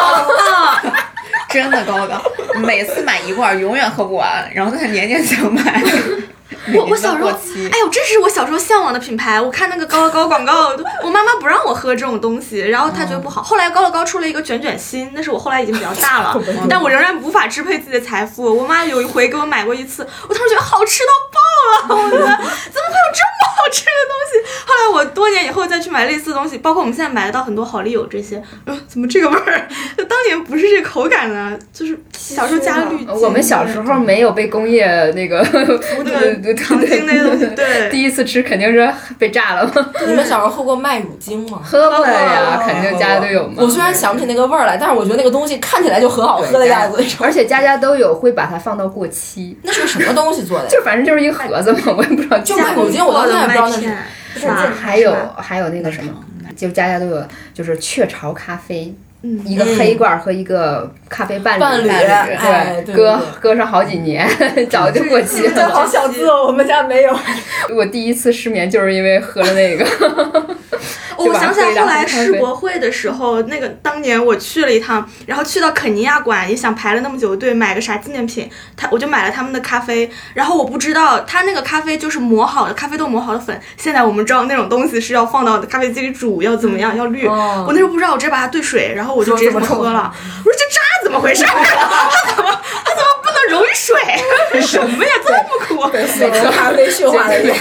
[SPEAKER 3] 真的高高，每次买一罐，永远喝不完，然后他年年想买。每
[SPEAKER 4] 我我
[SPEAKER 3] 年都
[SPEAKER 4] 小时 候
[SPEAKER 3] 过期
[SPEAKER 4] 哎呦，这是我小时候向往的品牌。我看那个高乐高广告，我妈妈不让我喝这种东西，然后她觉得不好。后来高乐高出了一个卷卷心，那是我后来已经比较大了，但我仍然无法支配自己的财富。我妈有一回给我买过一次，我当时觉得好吃到爆了，我觉得怎么会有这么好吃的东西？后来我多年以后再去买类似的东西，包括我们现在买得到很多好丽友这些，呃，怎么这个味儿？ 当年不是这口感呢，就是小时候加了滤镜。
[SPEAKER 6] 我们小时候没有被工业那个 对对
[SPEAKER 4] 糖精类的东西，对，
[SPEAKER 6] 第一次吃肯定是 被炸了嘛，
[SPEAKER 1] 你们小时候喝过麦乳精吗？
[SPEAKER 6] 喝过呀，肯定家都有嘛。
[SPEAKER 1] 我虽然想不起那个味儿来，但是我觉得那个东西看起来就很好喝的样子。你知道吗
[SPEAKER 6] 而且家家都有会把它放到过期，
[SPEAKER 1] 那是个什么东西做 的呀？
[SPEAKER 6] 就反正就是一盒子嘛， 我也不知道。
[SPEAKER 1] 就麦乳精，我到现在也不知道那是。
[SPEAKER 7] 是吧
[SPEAKER 6] 还有还有那个什么，就家家都有，就是雀巢咖啡。
[SPEAKER 4] 嗯
[SPEAKER 6] 一个黑罐儿和一个咖啡伴侣，
[SPEAKER 1] 伴侣哎对
[SPEAKER 6] 对，
[SPEAKER 1] 对
[SPEAKER 6] 搁
[SPEAKER 1] 对
[SPEAKER 6] 搁上好几年， 早就过期
[SPEAKER 7] 这
[SPEAKER 6] 了。
[SPEAKER 7] 好小资哦，我们家没有。
[SPEAKER 6] 我第一次失眠就是因为喝了那个，
[SPEAKER 4] 我
[SPEAKER 6] 吧
[SPEAKER 4] 想起
[SPEAKER 6] 所
[SPEAKER 4] 来
[SPEAKER 6] 以然
[SPEAKER 4] 后
[SPEAKER 6] 后
[SPEAKER 4] 来
[SPEAKER 6] 就开
[SPEAKER 4] 世
[SPEAKER 6] 会
[SPEAKER 4] 博会的时候，那个当年我去了一趟，然后去到肯尼亚馆也想排了那么久的队买个啥纪念品，他我就买了他们的咖啡，然后我不知道他那个咖啡就是磨好的咖啡豆磨好的粉，现在我们知道那种东西是要放到咖啡机里煮，要怎么样要滤，
[SPEAKER 1] 哦
[SPEAKER 4] 我那时候不知道，我直接把它兑水，然后我就直接这么喝了，我说这渣怎么回事？ 它怎么它怎么不能溶于水？什么 呀，这么苦？
[SPEAKER 1] 每次咖啡啊驯化的一个，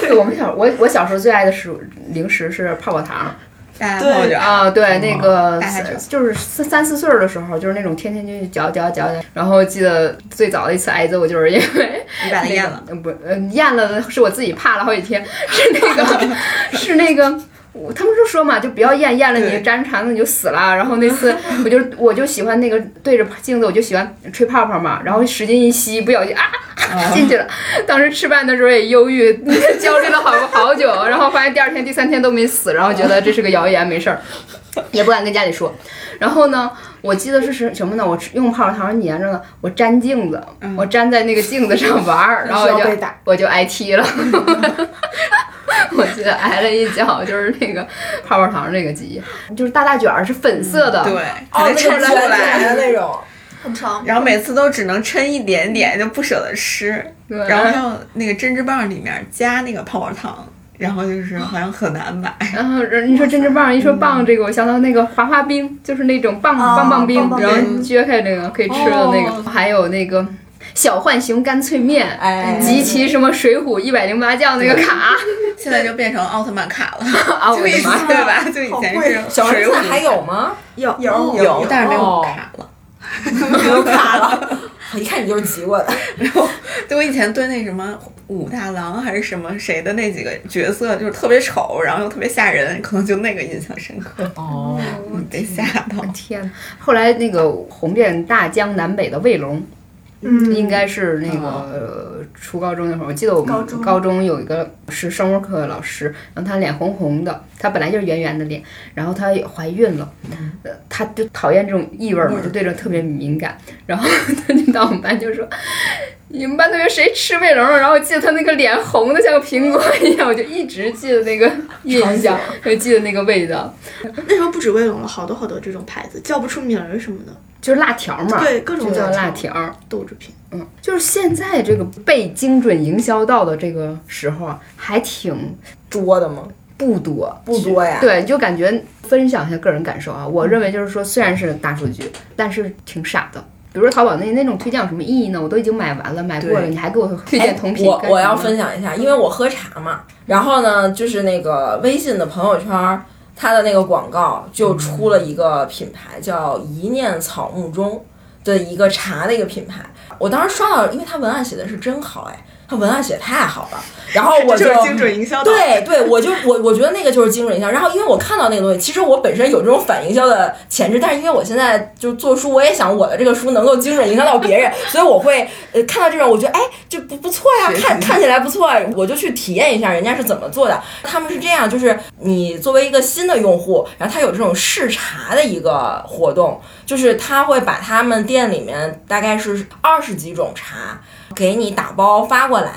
[SPEAKER 6] 对 我们小我我小时候最爱的食物零食是泡泡糖，
[SPEAKER 3] 大家泡着啊，
[SPEAKER 6] 啊，对，那个
[SPEAKER 3] 大概知道
[SPEAKER 6] 就是三三四岁儿的时候，就是那种天天就去嚼嚼嚼嚼。然后记得最早的一次挨揍，就是因为
[SPEAKER 3] 你把它
[SPEAKER 6] 那个
[SPEAKER 3] 咽了，，
[SPEAKER 6] 呃不，呃，咽了是我自己怕了好几天，是那个是那个。我他们就说嘛，就不要咽，咽了你
[SPEAKER 3] 对
[SPEAKER 6] 粘肠子你就死了。然后那次我就我就喜欢那个对着镜子，我就喜欢吹泡泡嘛，然后使劲一吸，不小心啊进去了。当时吃饭的时候也忧郁， 焦虑了好好久，然后发现第二天、第三天都没死，然后觉得这是个谣言，没事儿，也不敢跟家里说。然后呢，我记得是什什么呢？我吃用泡泡糖粘着了，我粘镜子，我粘在那个镜子上 玩儿，然后我
[SPEAKER 7] 嗯需要
[SPEAKER 6] 就
[SPEAKER 7] 被打
[SPEAKER 6] 我就挨踢了。 我记得挨了一脚，就是那个泡泡糖那个鸡，就是大大卷儿是
[SPEAKER 7] 嗯
[SPEAKER 6] 粉色的，
[SPEAKER 3] 对，
[SPEAKER 1] 哦，那
[SPEAKER 3] 才
[SPEAKER 1] 个
[SPEAKER 3] 吃
[SPEAKER 1] 卷
[SPEAKER 3] 不
[SPEAKER 1] 起
[SPEAKER 3] 出
[SPEAKER 1] 来的
[SPEAKER 3] 来。
[SPEAKER 1] 那种，
[SPEAKER 7] 很长，
[SPEAKER 3] 然后每次都只能抻一点点，就不舍得吃。
[SPEAKER 6] 对
[SPEAKER 3] 然后还有那个针织棒里面加那个泡泡糖，然后就是好像很难买。
[SPEAKER 6] 然后人一说针织棒，一说棒这个，我想到那个滑滑冰，就是那种棒
[SPEAKER 7] 嗯哦
[SPEAKER 6] 棒棒冰，
[SPEAKER 7] 棒棒冰哦
[SPEAKER 6] 然后撅开这个可以吃的那个，还有那个。小浣熊干脆面，
[SPEAKER 7] 嗯
[SPEAKER 1] 哎
[SPEAKER 6] 集齐什么水浒一百零八将那个卡
[SPEAKER 3] 现在就变成奥特曼卡了，
[SPEAKER 6] 啊！我
[SPEAKER 3] 就
[SPEAKER 6] 的
[SPEAKER 3] 以前
[SPEAKER 6] 妈呀！
[SPEAKER 3] 对吧？就以前是
[SPEAKER 1] 啊小时
[SPEAKER 3] 水
[SPEAKER 1] 候现
[SPEAKER 3] 浒
[SPEAKER 1] 在还有吗？哦
[SPEAKER 4] 有
[SPEAKER 7] 有
[SPEAKER 3] 有，但是没有卡了。
[SPEAKER 1] 没有卡了。 一看你就是骑过的。
[SPEAKER 3] 对我以前对那什么武大郎还是什么谁的那几个角色，就是特别丑，然后又特别吓人，可能就那个印象深刻，
[SPEAKER 1] 哦，
[SPEAKER 3] 嗯被吓到。
[SPEAKER 6] 天呐，后来那个红遍大江南北的卫龙，
[SPEAKER 7] 嗯
[SPEAKER 6] 应该是那个呃初高中的时候，我记得我
[SPEAKER 7] 高
[SPEAKER 6] 们
[SPEAKER 7] 中
[SPEAKER 6] 高中有一个是生物课老师，然后她脸红红的，她本来就是圆圆的脸，然后她怀孕了，呃，她就讨厌这种异味儿嘛，就对这特别敏感，然后她就到我们班就说。你们班同学谁吃卫龙了？啊然后我记得她那个脸红的像个苹果一样，我就一直记得那个印象，就记得那个味道，
[SPEAKER 4] 那时候不止卫龙了，好多好多这种牌子叫不出名儿什么的，
[SPEAKER 6] 就是辣条嘛，
[SPEAKER 4] 对各
[SPEAKER 6] 就
[SPEAKER 4] 种
[SPEAKER 6] 叫辣
[SPEAKER 4] 辣
[SPEAKER 6] 条。
[SPEAKER 4] 豆制品。
[SPEAKER 6] 嗯，就是现在这个被精准营销到的这个时候啊，还挺
[SPEAKER 1] 多的吗？
[SPEAKER 6] 不多。
[SPEAKER 1] 不多呀。
[SPEAKER 6] 对，就感觉分享一下个人感受啊，
[SPEAKER 1] 嗯
[SPEAKER 6] 我认为就是说，虽然是大数据，但是挺傻的。比如说淘宝那那种推荐有什么意义呢？我都已经买完了，买过了，
[SPEAKER 3] 对
[SPEAKER 6] 你还给我推荐同品，
[SPEAKER 1] 哎我
[SPEAKER 6] 干什么呢
[SPEAKER 1] 我要分享一下，因为我喝茶嘛，然后呢，就是那个微信的朋友圈儿，它的那个广告
[SPEAKER 6] 嗯
[SPEAKER 1] 就出了一个品牌叫“一念草木钟”的一个茶的一个品牌。我当时刷到，因为它文案写的是真好，哎，它文案写得太好了，然后我
[SPEAKER 4] 这
[SPEAKER 1] 就嗯
[SPEAKER 4] 就是精准营销的。
[SPEAKER 1] 对对，我就我我觉得那个就是精准营销。然后因为我看到那个东西，其实我本身有这种反营销的潜质，但是因为我现在就做书，我也想我的这个书能够精准营销到别人， 所以我会呃看到这种，我觉得哎这不不错呀，看看起来不错，我就去体验一下人家是怎么做的。他们是这样，就是你作为一个新的用户，然后他有这种试茶的一个活动，就是他会把他们店里面大概是二十几种茶给你打包发过来，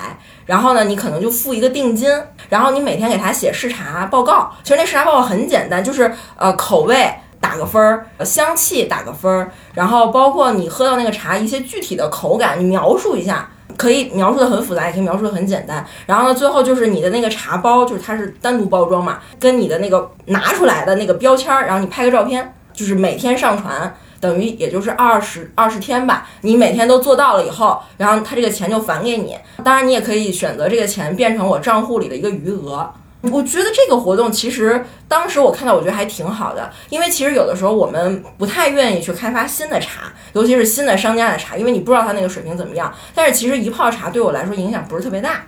[SPEAKER 1] 然后呢，你可能就付一个定金，然后你每天给他写视察报告。其实那视察报告很简单，就是呃口味打个分儿，呃香气打个分儿，然后包括你喝到那个茶一些具体的口感，你描述一下。可以描述的很复杂，也可以描述的很简单。然后呢，最后就是你的那个茶包，就是它是单独包装嘛，跟你的那个拿出来的那个标签儿，然后你拍个照片，就是每天上传，等于也就是二十二十天吧。你每天都做到了以后，然后他这个钱就返给你。当然，你也可以选择这个钱变成我账户里的一个余额。我觉得这个活动其实当时我看到，我觉得还挺好的，因为其实有的时候我们不太愿意去开发新的茶，尤其是新的商家的茶，因为你不知道它那个水平怎么样。但是其实一泡茶对我来说影响不是特别大。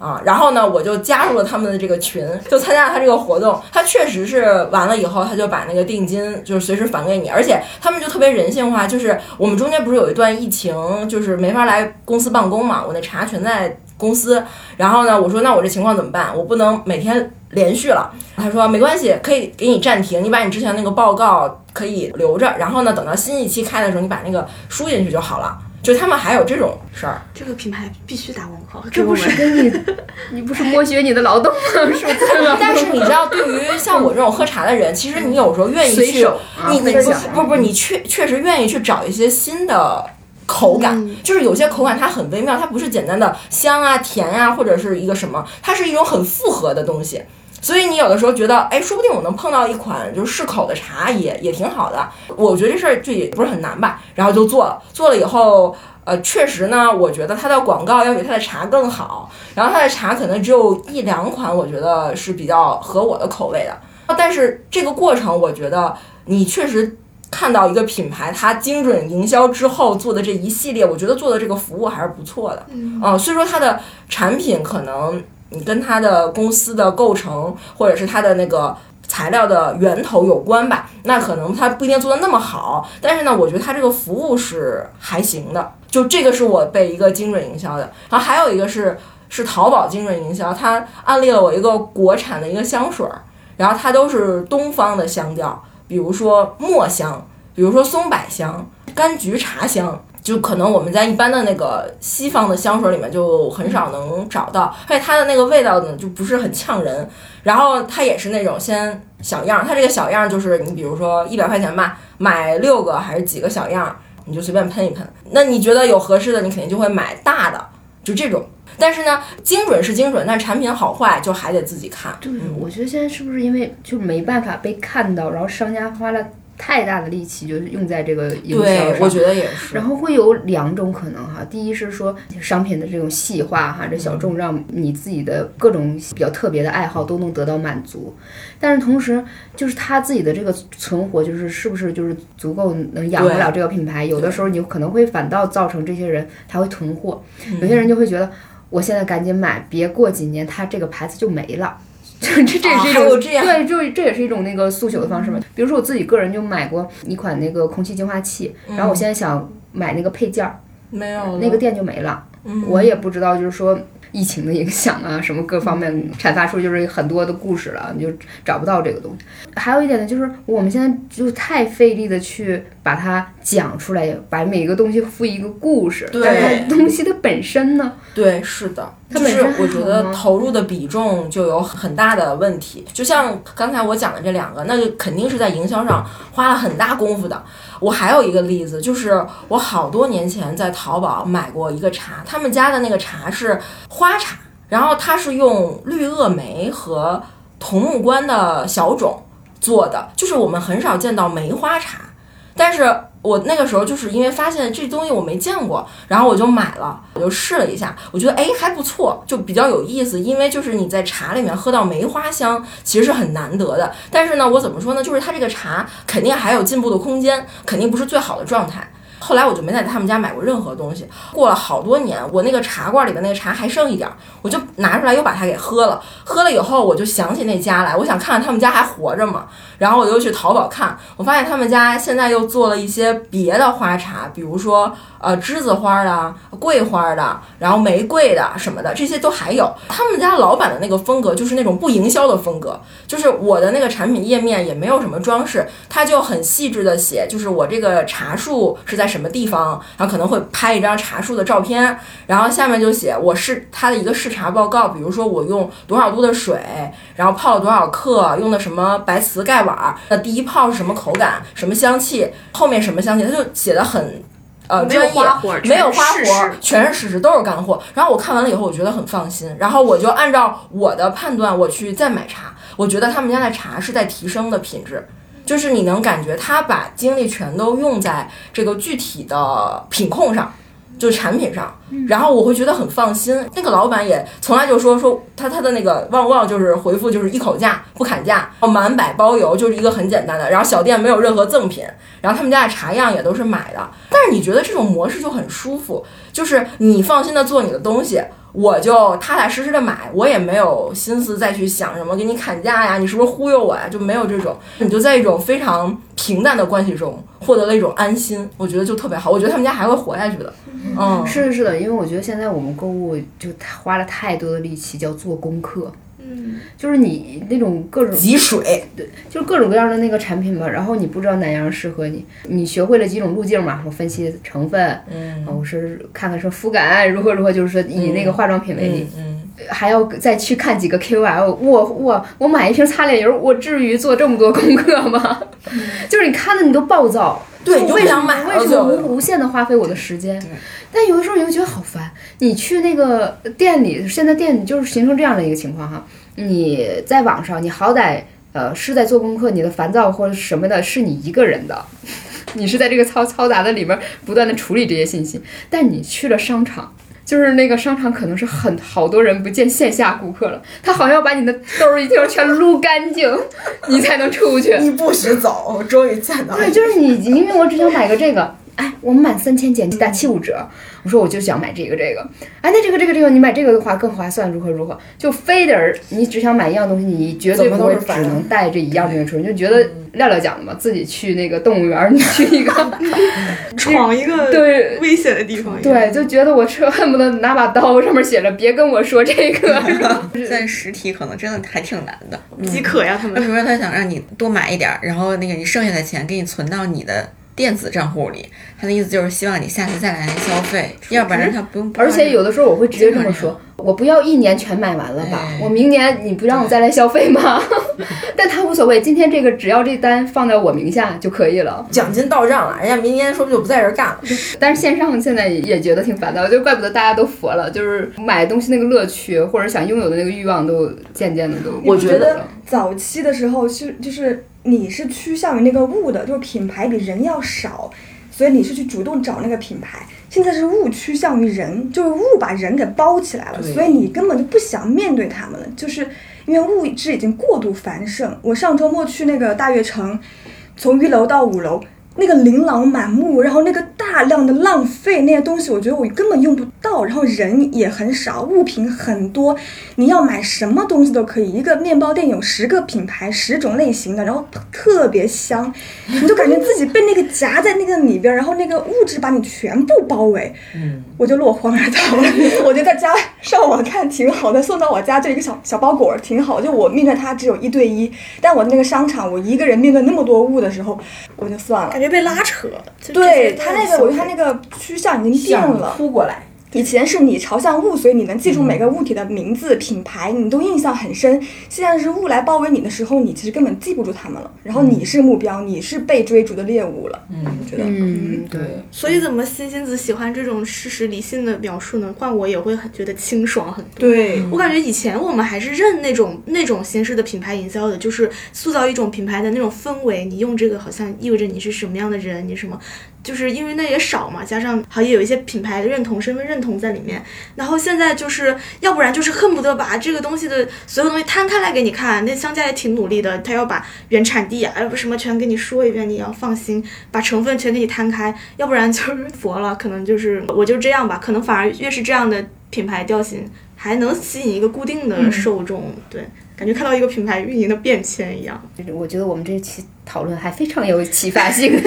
[SPEAKER 1] 啊，然后呢，我就加入了他们的这个群，就参加了他这个活动。他确实是完了以后，他就把那个定金就是随时返给你，而且他们就特别人性化。就是我们中间不是有一段疫情，就是没法来公司办公嘛，我那茶全在公司。然后呢，我说那我这情况怎么办？我不能每天连续了。他说没关系，可以给你暂停，你把你之前那个报告可以留着，然后呢，等到新一期开的时候，你把那个输进去就好了。就他们还有这种事儿，
[SPEAKER 4] 这个品牌必须打广告，
[SPEAKER 6] 这不是跟你，你不是剥削你的劳动吗？ 数字 劳动
[SPEAKER 1] 但是你知道，对于像我这种喝茶的人，其实你有时候愿意
[SPEAKER 6] 随
[SPEAKER 1] 去
[SPEAKER 6] 手，啊
[SPEAKER 1] 你你
[SPEAKER 6] 分
[SPEAKER 1] 不
[SPEAKER 6] 享
[SPEAKER 1] 是不是不是，你确确实愿意去找一些新的。口感就是有些口感它很微妙，它不是简单的香啊、甜啊，或者是一个什么，它是一种很复合的东西。所以你有的时候觉得，哎，说不定我能碰到一款就是适口的茶也，也挺好的。我觉得这事儿就也不是很难吧，然后就做了。做了以后，呃，确实呢，我觉得它的广告要比它的茶更好。然后它的茶可能只有一两款，我觉得是比较合我的口味的。但是这个过程，我觉得你确实看到一个品牌它精准营销之后做的这一系列，我觉得做的这个服务还是不错的。嗯，虽说它的产品可能你跟它的公司的构成或者是它的那个。材料的源头有关吧，那可能它不一定做的那么好，但是呢，我觉得它这个服务是还行的，就这个是我被一个精准营销的，然后还有一个是是淘宝精准营销，它安利了我一个国产的一个香水儿，然后它都是东方的香调，比如说墨香，比如说松柏香、柑橘茶香。就可能我们在一般的那个西方的香水里面就很少能找到，而且它的那个味道呢就不是很呛人，然后它也是那种先小样儿，它这个小样儿就是你比如说一百块钱吧，买六个还是几个小样儿，你就随便喷一喷，那你觉得有合适的，你肯定就会买大的，就这种。但是呢，精准是精准，但是产品好坏就还得自己看。嗯
[SPEAKER 6] 对，我觉得现在是不是因为就没办法被看到，然后商家花了太大的力气就是用在这个营销
[SPEAKER 1] 对，我
[SPEAKER 6] 上。
[SPEAKER 1] 觉得也是。
[SPEAKER 6] 然后会有两种可能哈，第一是说商品的这种细化哈，这小
[SPEAKER 1] 嗯
[SPEAKER 6] 众让你自己的各种比较特别的爱好都能得到满足，但是同时就是他自己的这个存活，就是是不是就是足够能养活
[SPEAKER 1] 对
[SPEAKER 6] 了这个品牌？有的时候你可能会反倒造成这些人他会囤货，
[SPEAKER 1] 嗯
[SPEAKER 6] 有些人就会觉得我现在赶紧买，别过几年它这个牌子就没了。 这这也
[SPEAKER 1] 啊
[SPEAKER 6] 是一
[SPEAKER 1] 还有嗯
[SPEAKER 6] 种、
[SPEAKER 1] 这样
[SPEAKER 6] 对，就这也是一种那个诉求的方式嘛。比如说我自己个人就买过一款那个空气净化器，
[SPEAKER 1] 嗯
[SPEAKER 6] 然后我现在想买那个配件儿，
[SPEAKER 1] 没有了
[SPEAKER 6] 那个店就没了。我也不知道，就是说疫情的影响啊，什么各方面阐发出就是很多的故事了，你就找不到这个东西。还有一点呢，就是我们现在就太费力的去把它讲出来，把每个东西附一个故事，
[SPEAKER 1] 对
[SPEAKER 6] 但是它东西的本身呢，
[SPEAKER 1] 对，是的，
[SPEAKER 6] 它
[SPEAKER 1] 就
[SPEAKER 6] 本
[SPEAKER 1] 是
[SPEAKER 6] 身还
[SPEAKER 1] 我觉
[SPEAKER 6] 好
[SPEAKER 1] 得
[SPEAKER 6] 吗
[SPEAKER 1] 投入的比重就有很大的问题。就像刚才我讲的这两个，那就肯定是在营销上花了很大功夫的。我还有一个例子，就是我好多年前在淘宝买过一个茶，他们家的那个茶是花茶，然后它是用绿萼梅和桐木关的小种做的，就是我们很少见到梅花茶，但是。我那个时候就是因为发现这东西我没见过，然后我就买了，我就试了一下，我觉得哎还不错，就比较有意思，因为就是你在茶里面喝到梅花香，其实是很难得的。但是呢，我怎么说呢？就是它这个茶肯定还有进步的空间，肯定不是最好的状态。后来我就没在他们家买过任何东西。过了好多年，我那个茶罐里的那个茶还剩一点儿，我就拿出来又把它给喝了。喝了以后，我就想起那家来，我想看看他们家还活着吗？然后我就去淘宝看，我发现他们家现在又做了一些别的花茶，比如说呃栀子花的、桂花的，然后玫瑰的什么的，这些都还有。他们家老板的那个风格就是那种不营销的风格，就是我的那个产品页面也没有什么装饰，他就很细致的写，就是我这个茶树是在什么地方，然后可能会拍一张茶树的照片，然后下面就写我是他的一个视察报告，比如说我用多少度的水，然后泡了多少克，用的什么白瓷盖碗儿，那第一泡是什么口感，什么香气，后面什么香气，他就写的很。呃，
[SPEAKER 4] 没有
[SPEAKER 1] 专业
[SPEAKER 4] 花活儿
[SPEAKER 1] 没有花
[SPEAKER 4] 全是
[SPEAKER 1] 活
[SPEAKER 4] 事
[SPEAKER 1] 儿
[SPEAKER 4] 实，
[SPEAKER 1] 全是事实，都是干货。然后我看完了以后，我觉得很放心，然后我就按照我的判断，我去再买茶。我觉得他们家的茶是在提升的品质，就是你能感觉他把精力全都用在这个具体的品控上，就是产品上，然后我会觉得很放心。那个老板也从来就说说他他的那个旺旺就是回复就是一口价不砍价，满百包邮就是一个很简单的，然后小店没有任何赠品，然后他们家的茶样也都是买的，但是你觉得这种模式就很舒服，就是你放心的做你的东西。我就踏踏实实的买，我也没有心思再去想什么给你砍价呀，你是不是忽悠我呀，就没有这种，你就在一种非常平淡的关系中获得了一种安心，我觉得就特别好，我觉得他们家还会活下去的，嗯，
[SPEAKER 6] 是的，是的，因为我觉得现在我们购物就太花了太多的力气，叫做功课。嗯，就是你那种各种
[SPEAKER 1] 挤水，
[SPEAKER 6] 就是各种各样的那个产品嘛，然后你不知道哪样适合你，你学会了几种路径嘛，我分析成分，嗯，
[SPEAKER 1] 哦
[SPEAKER 6] 我是看看说肤感如何如何，就是说以那个化妆品为例，
[SPEAKER 1] 嗯，
[SPEAKER 6] 还要再去看几个 KOL，我我我买一瓶擦脸油，我至于做这么多功课吗？就是你看的你都暴躁，
[SPEAKER 1] 对，
[SPEAKER 6] 就
[SPEAKER 1] 你就
[SPEAKER 6] 为
[SPEAKER 1] 不
[SPEAKER 6] 什
[SPEAKER 1] 想
[SPEAKER 6] 么
[SPEAKER 1] 买
[SPEAKER 6] 为
[SPEAKER 1] 了
[SPEAKER 6] 什么无
[SPEAKER 1] 就，
[SPEAKER 6] 无限的花费我的时间？但有的时候你就觉得好烦。你去那个店里，现在店里就是形成这样的一个情况哈，你在网上，你好歹呃是在做功课，你的烦躁或者什么的，是你一个人的。 你是在这个嘈嘈杂的里面不断的处理这些信息，但你去了商场，就是那个商场可能是很好多人不见线下顾客了，他好像要把你的兜儿一定要全撸干净，你才能出去。
[SPEAKER 1] 你不许走，我终于见到
[SPEAKER 6] 对，
[SPEAKER 1] 你，
[SPEAKER 6] 就是你明明我只想买个这个，哎，我们满三千减打七五折，我说我就想买这个这个，哎，那这个这个这个你买这个的话更划算，如何如何，就非得儿你只想买一样东西，你绝对
[SPEAKER 1] 怎么
[SPEAKER 6] 不
[SPEAKER 1] 都
[SPEAKER 6] 会
[SPEAKER 1] 是
[SPEAKER 6] 只
[SPEAKER 1] 反的
[SPEAKER 6] 能带这一样东西出去，你就觉得亮亮讲的嘛，自己去那个动物园儿，你去一个
[SPEAKER 4] 闯一个
[SPEAKER 6] 对
[SPEAKER 4] 危险的地方。，
[SPEAKER 6] 对，就觉得我这恨不得拿把刀，上面写着别跟我说这个，
[SPEAKER 3] 在实体可能真的还挺难的。
[SPEAKER 4] 饥渴呀，他
[SPEAKER 3] 那比
[SPEAKER 4] 们。
[SPEAKER 3] 如说他想让你多买一点儿，然后那个你剩下的钱给你存到你的电子账户里，他的意思就是希望你下次再来消费，要不然他不用。
[SPEAKER 6] 而且有的时候我会直接这么说，我不要一年全买完了吧
[SPEAKER 3] 哎，
[SPEAKER 6] 我明年你不让我再来消费吗？ 但他无所谓，今天这个只要这单放在我名下就可以了。
[SPEAKER 1] 奖金到账了，人家明年说不定就不在这儿干了，
[SPEAKER 6] 但是线上现在也觉得挺烦的，就怪不得大家都佛了，就是买东西那个乐趣或者想拥有的那个欲望都渐渐的都
[SPEAKER 1] 我觉
[SPEAKER 6] 没有
[SPEAKER 1] 得
[SPEAKER 6] 了
[SPEAKER 5] 早期的时候，就就是你是趋向于那个物的，就是品牌比人要少，所以你是去主动找那个品牌。现在是物趋向于人，就是物把人给包起来了，
[SPEAKER 8] 对
[SPEAKER 5] 所以你根本就不想面对他们了，就是因为物质已经过度繁盛。我上周末去那个大悦城，从一楼到五楼，那个琳琅满目，然后那个大量的浪费那些东西，我觉得我根本用不到，然后人也很少，物品很多，你要买什么东西都可以。一个面包店有十个品牌、十种类型的，然后特别香，你就感觉自己被那个夹在那个里边，然后那个物质把你全部包围，我就落荒而逃了。我就在家上网看挺好的，送到我家就一个小小包裹，挺好。就我面对它只有一对一，但我那个商场，我一个人面对那么多物的时候，我就算了
[SPEAKER 9] 感。觉被拉扯。就
[SPEAKER 5] 对
[SPEAKER 9] 这些
[SPEAKER 5] 他那个，我觉得他那个趋向已经变了。
[SPEAKER 1] 扑过来，
[SPEAKER 5] 以前是你朝向物，所以你能记住每个物体的名字、品牌，你都印象很深。现在是物来包围你的时候，你其实根本记不住它们了。然后你是目标，你是被追逐的猎物了。嗯，我觉得。
[SPEAKER 10] 嗯，对，
[SPEAKER 4] 所以怎么欣欣子喜欢这种事实理性的描述呢？换我也会很觉得清爽很多。
[SPEAKER 5] 对，
[SPEAKER 4] 我感觉以前我们还是认那种那种形式的品牌营销的，就是塑造一种品牌的那种氛围。你用这个好像意味着你是什么样的人，你什么，就是因为那也少嘛，加上好像有一些品牌的认同、身份认同在里面。然后现在就是要不然就是恨不得把这个东西的所有东西摊开来给你看。那商家也挺努力的，他要把原产地啊什么全给你说一遍，你要放心，把成分全给你摊开，要不然就是佛了，可能就是我就这样吧，可能反而越是这样的品牌调性，还能吸引一个固定的受众，对，感觉看到一个品牌运营的变迁一样。
[SPEAKER 6] 我觉得我们这期讨论还非常有启发性，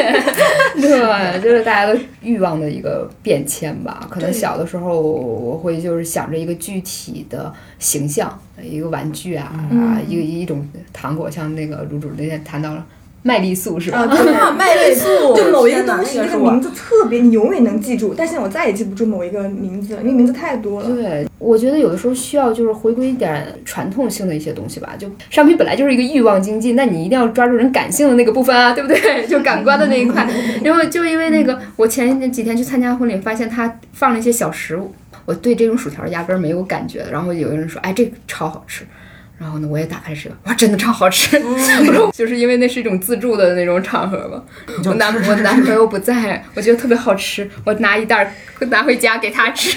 [SPEAKER 6] 对，就是大家的欲望的一个变迁吧。可能
[SPEAKER 4] 对
[SPEAKER 6] 小的时候我会就是想着一个具体的形象，一个玩具啊，啊一个一种糖果，像那个卢主那天谈到了麦丽素是吧？
[SPEAKER 1] 啊，麦丽素，
[SPEAKER 5] 就某一个
[SPEAKER 1] 天哪
[SPEAKER 5] 东西，
[SPEAKER 1] 那
[SPEAKER 5] 那
[SPEAKER 1] 个是
[SPEAKER 5] 个
[SPEAKER 1] 我
[SPEAKER 5] 名字特别，你永远能记住。但现在我再也记不住某一个名字了，因为名字太多了。
[SPEAKER 6] 对，我觉得有的时候需要就是回归一点传统性的一些东西吧。就商品本来就是一个欲望经济，那你一定要抓住人感性的那个部分啊，对不 对？就感官的那一块。然后就因为那个，我前几天去参加婚礼，发现他放了一些小食物，我对这种薯条压根儿没有感觉。然后有人说，哎，这个超好吃。然后呢，我也打开吃了，哇，真的超好吃！我说就是因为那是一种自助的那种场合嘛，我男我男朋友不在，我觉得特别好吃，我拿一袋儿拿回家给他吃，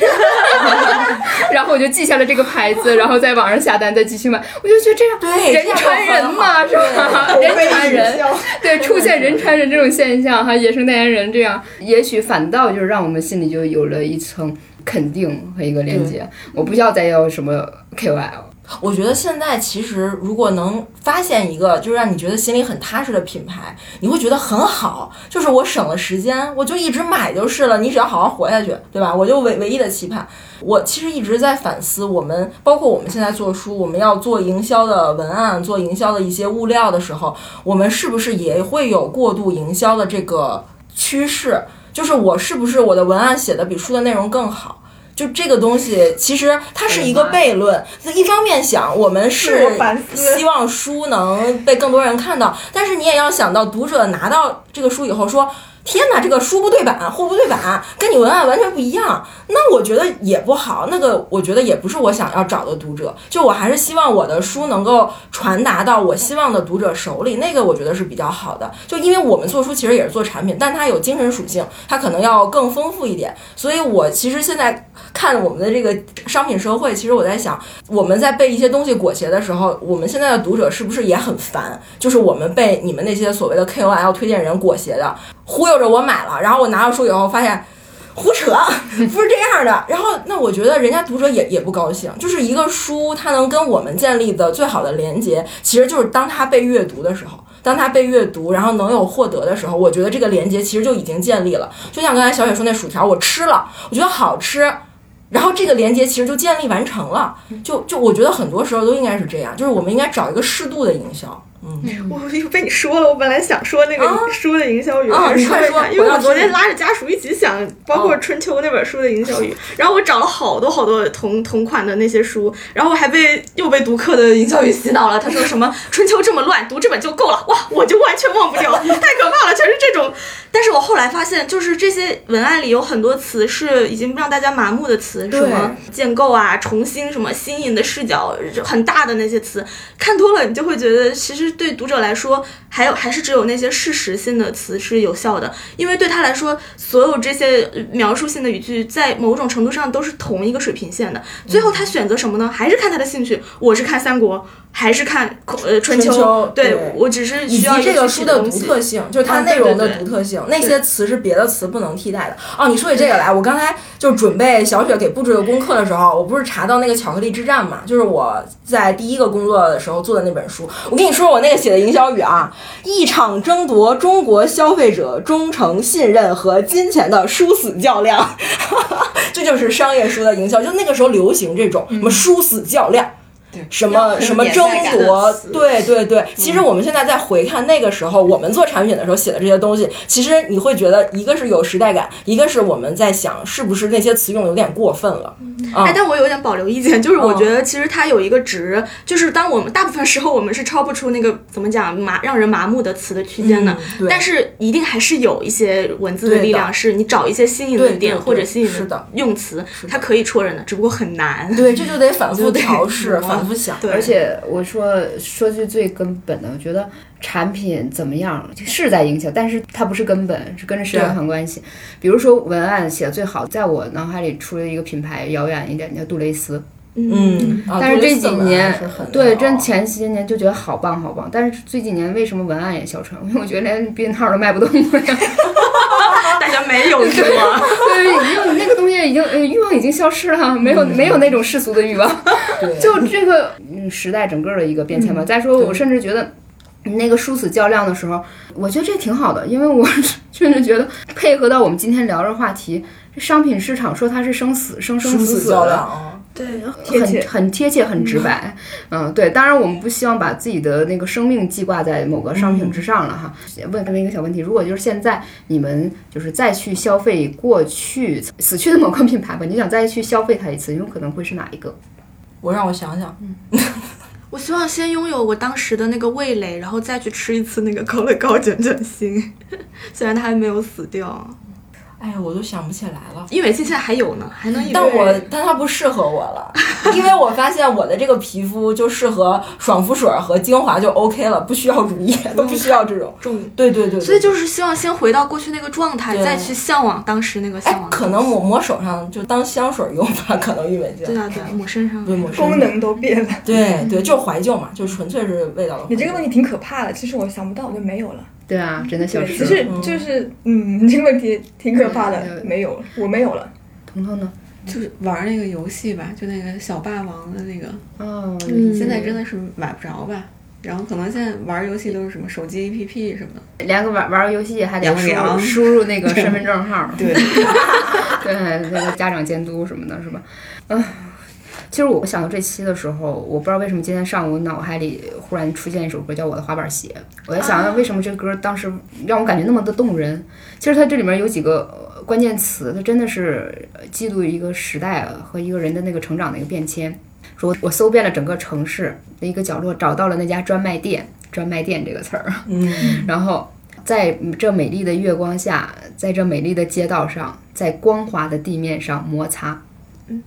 [SPEAKER 6] 然后我就记下了这个牌子，然后在网上下单再继续买，我就觉得这样
[SPEAKER 1] 对这
[SPEAKER 6] 人
[SPEAKER 1] 样
[SPEAKER 6] 传人嘛，是吧？ 人传人，对，出现人传人这种现象哈，野生代言人这样，也许反倒就是让我们心里就有了一层肯定和一个连接，我不要再要什么 KOL。
[SPEAKER 1] 我觉得现在其实如果能发现一个就让你觉得心里很踏实的品牌，你会觉得很好。就是我省了时间，我就一直买就是了。你只要好好活下去，对吧？我就唯唯一的期盼。我其实一直在反思，我们包括我们现在做书，我们要做营销的文案，做营销的一些物料的时候，我们是不是也会有过度营销的这个趋势？就是我是不是我的文案写的比书的内容更好？就这个东西，其实它是一个悖论。一方面想，我们
[SPEAKER 5] 自
[SPEAKER 1] 是
[SPEAKER 5] 我反思
[SPEAKER 1] 希望书能被更多人看到，但是你也要想到，读者拿到这个书以后说。天哪，这个书不对版，货不对版，跟你文案完全不一样。那我觉得也不好，那个我觉得也不是我想要找的读者。就我还是希望我的书能够传达到我希望的读者手里，那个我觉得是比较好的。就因为我们做书其实也是做产品，但它有精神属性，它可能要更丰富一点。所以我其实现在看我们的这个商品社会，其实我在想，我们在被一些东西裹挟的时候，我们现在的读者是不是也很烦？就是我们被你们那些所谓的 KOL 推荐人裹挟的，忽悠着我买了，然后我拿到书以后发现。胡扯，不是这呃样的。然后，那我觉得人家读者也也不高兴，就是一个书，它能跟我们建立的最好的连接，其实就是当它被阅读的时候，当它被阅读，然后能有获得的时候，我觉得这个连接其实就已经建立了。就像刚才小雪说那薯条，我吃了，我觉得好吃，然后这个连接其实就建立完成了。就就我觉得很多时候都应该是这样，就是我们应该找一个适度的营销。嗯，
[SPEAKER 4] 我又被你说了，我本来想说那
[SPEAKER 1] 啊
[SPEAKER 4] 个书的营销语，
[SPEAKER 1] 啊
[SPEAKER 4] 还是
[SPEAKER 1] 你快
[SPEAKER 4] 了一
[SPEAKER 1] 说哦
[SPEAKER 4] 下因为
[SPEAKER 1] 我要
[SPEAKER 4] 我昨
[SPEAKER 1] 听
[SPEAKER 4] 天拉着家属一起想，包括春秋那本书的营 销语，然后我找了好多好多同同款的那些书，然后我还被又被读客的营销语洗脑了。他说什么春秋这么乱，读这本就够了，哇，我就完全 忘不掉，太可怕了，全是这种。但是我后来发现，就是这些文案里有很多词是已经让大家麻木的词，什么建构啊、重新、什么新颖的视角，很大的那些词，看多了你就会觉得，其实对读者来说，还有还是只有那些事实性的词是有效的，因为对他来说，所有这些呃描述性的语句在某种程度上都是同一个水平线的。
[SPEAKER 1] 嗯
[SPEAKER 4] 最后他选择什么呢？还是看他的兴趣。我是看三国，还是看孔呃春秋？
[SPEAKER 1] 春秋对
[SPEAKER 4] 对我只是
[SPEAKER 1] 以
[SPEAKER 4] 需
[SPEAKER 1] 及
[SPEAKER 4] 要一
[SPEAKER 1] 这个
[SPEAKER 4] 具
[SPEAKER 1] 书
[SPEAKER 4] 体
[SPEAKER 1] 的
[SPEAKER 4] 东
[SPEAKER 1] 独
[SPEAKER 4] 西。
[SPEAKER 1] 特性，就是它
[SPEAKER 4] 啊
[SPEAKER 1] 内
[SPEAKER 4] 对
[SPEAKER 1] 容
[SPEAKER 4] 对
[SPEAKER 1] 的
[SPEAKER 4] 对
[SPEAKER 1] 独特性，那些词是别的词不能替代的。哦，你说起这个来，我刚才就准备小雪给布置的功课的时候，我不是查到那个《巧克力之战》嘛，就是我在第一个工作的时候做的那本书。我跟你说，我那个写的营销语啊，一场争夺中国消费者忠诚、信任和金钱的殊死较量，这就是商业书的营销。就那个时候流行这种什么殊死较量。什么什么争夺，对对对。其实我们现在再回看那个时候，我们做产品的时候写的这些东西，其实你会觉得一个是有时代感，一个是我们在想是不是那些词用得有点过分了。啊
[SPEAKER 4] 哎，但我有点保留意见，就是我
[SPEAKER 1] 嗯
[SPEAKER 4] 觉得其实它有一个值，就是当我们大部分时候我们是超不出那个怎么讲麻让人麻木的词的区间的，
[SPEAKER 1] 嗯对
[SPEAKER 4] 但是一定还是有一些文字
[SPEAKER 1] 对
[SPEAKER 4] 的
[SPEAKER 1] 的
[SPEAKER 4] 力量，是你找一些新颖
[SPEAKER 1] 对
[SPEAKER 4] 的
[SPEAKER 1] 对
[SPEAKER 4] 点
[SPEAKER 1] 对
[SPEAKER 4] 或者新
[SPEAKER 1] 是
[SPEAKER 4] 颖
[SPEAKER 1] 的
[SPEAKER 4] 用词
[SPEAKER 1] 是，的
[SPEAKER 4] 它可以戳人的，只不过很难。
[SPEAKER 1] 对，这就得反复
[SPEAKER 4] 就得
[SPEAKER 1] 调试，
[SPEAKER 4] 磨
[SPEAKER 1] 反复想。
[SPEAKER 4] 对，
[SPEAKER 6] 而且我说说句最根本的，我觉得产品怎么样是在影响，但是它不是根本，是跟着市场有很关系。比如说文案写的最好，在我脑海里出了一个品牌，遥远一点叫杜蕾斯，
[SPEAKER 1] 嗯，啊
[SPEAKER 6] 但是这
[SPEAKER 1] 多类
[SPEAKER 6] 几
[SPEAKER 1] 似的还
[SPEAKER 6] 年
[SPEAKER 1] 是很
[SPEAKER 6] 对，
[SPEAKER 1] 难
[SPEAKER 6] 真
[SPEAKER 1] 熬
[SPEAKER 6] 前些年就觉得好棒好棒，但是最近年为什么文案也消沉？因为我觉得连避孕套都卖不动了 呀。
[SPEAKER 4] 大家没有是吗？
[SPEAKER 6] 对，因为那个东西已经呃欲望已经消失了，没有没有那种世俗的欲望。
[SPEAKER 1] 嗯 对嗯
[SPEAKER 6] 就这个嗯时代整个的一个变迁吧。再说，我甚至觉得。那个殊死较量的时候，我觉得这挺好的，因为我 甚至觉得配合到我们今天聊这话题，这商品市场说它是生死生生
[SPEAKER 1] 殊
[SPEAKER 6] 死
[SPEAKER 1] 死
[SPEAKER 6] 死
[SPEAKER 1] 较
[SPEAKER 6] 的
[SPEAKER 1] 量，啊。
[SPEAKER 11] 对，贴
[SPEAKER 6] 很
[SPEAKER 11] 切。
[SPEAKER 6] 很贴切，很直白。嗯，对，当然我们不希望把自己的那个生命记挂在某个商品之上了哈。问这么一个小问题，如果就是现在你们就是再去消费过去死去的某个品牌吧，你想再去消费它一次，你有可能会是哪一个？
[SPEAKER 1] 我让我想想，
[SPEAKER 4] 我希望先拥有我当时的那个味蕾，然后再去吃一次那个高乐高卷卷心， 虽然它还没有死掉，
[SPEAKER 1] 哎呀，我都想不起来了。
[SPEAKER 4] 因为现在还有呢，还能有。
[SPEAKER 1] 但我但它不适合我了，因为我发现我的这个皮肤就适合爽肤水和精华就 OK 了，不需要乳液，都不需要这种。
[SPEAKER 4] 重
[SPEAKER 1] 对对对，
[SPEAKER 4] 所以
[SPEAKER 1] 对
[SPEAKER 4] 就是希望先回到过去那个状态，
[SPEAKER 1] 对
[SPEAKER 4] 再去向往当时那个向
[SPEAKER 1] 哎
[SPEAKER 4] 往，的。
[SPEAKER 1] 可能抹抹手上就当香水用吧，可能郁美净。
[SPEAKER 4] 对啊，对啊，抹身上。
[SPEAKER 1] 对，抹身上
[SPEAKER 5] 功。能都变了。
[SPEAKER 1] 对对，就是怀旧嘛，就纯粹是味道的怀旧。
[SPEAKER 5] 你这个问题挺可怕的，其实我想不到，我就没有了。
[SPEAKER 6] 对啊，真的消
[SPEAKER 5] 对，其
[SPEAKER 6] 失了。
[SPEAKER 5] 实
[SPEAKER 1] 嗯
[SPEAKER 5] 就是，嗯，这个问题挺可怕的，
[SPEAKER 6] 嗯
[SPEAKER 5] 没有了，我没有了。
[SPEAKER 6] 彤彤呢？
[SPEAKER 3] 就是玩那个游戏吧，就那个小霸王的那个，
[SPEAKER 6] 哦，
[SPEAKER 3] 现在真的是买不着吧。然后可能现在玩游戏都是什么手机 APP 什么的，
[SPEAKER 6] 连个玩玩个游戏还得
[SPEAKER 3] 凉
[SPEAKER 6] 输入
[SPEAKER 3] 凉
[SPEAKER 6] 输入那个身份证号，
[SPEAKER 3] 对，
[SPEAKER 6] 对，那个家长监督什么的，是吧？嗯、其实我想到这期的时候，我不知道为什么今天上午脑海里忽然出现一首歌叫《我的滑板鞋》，我在想为什么这歌当时让我感觉那么的动人。其实它这里面有几个呃关键词，它真的是呃记录一个时代和一个人的那个成长的一个变迁。说我搜遍了整个城市的一个角落，找到了那家专卖店。专卖店这个词儿，
[SPEAKER 1] 嗯，
[SPEAKER 6] 然后在这美丽的月光下，在这美丽的街道上，在光滑的地面上摩擦。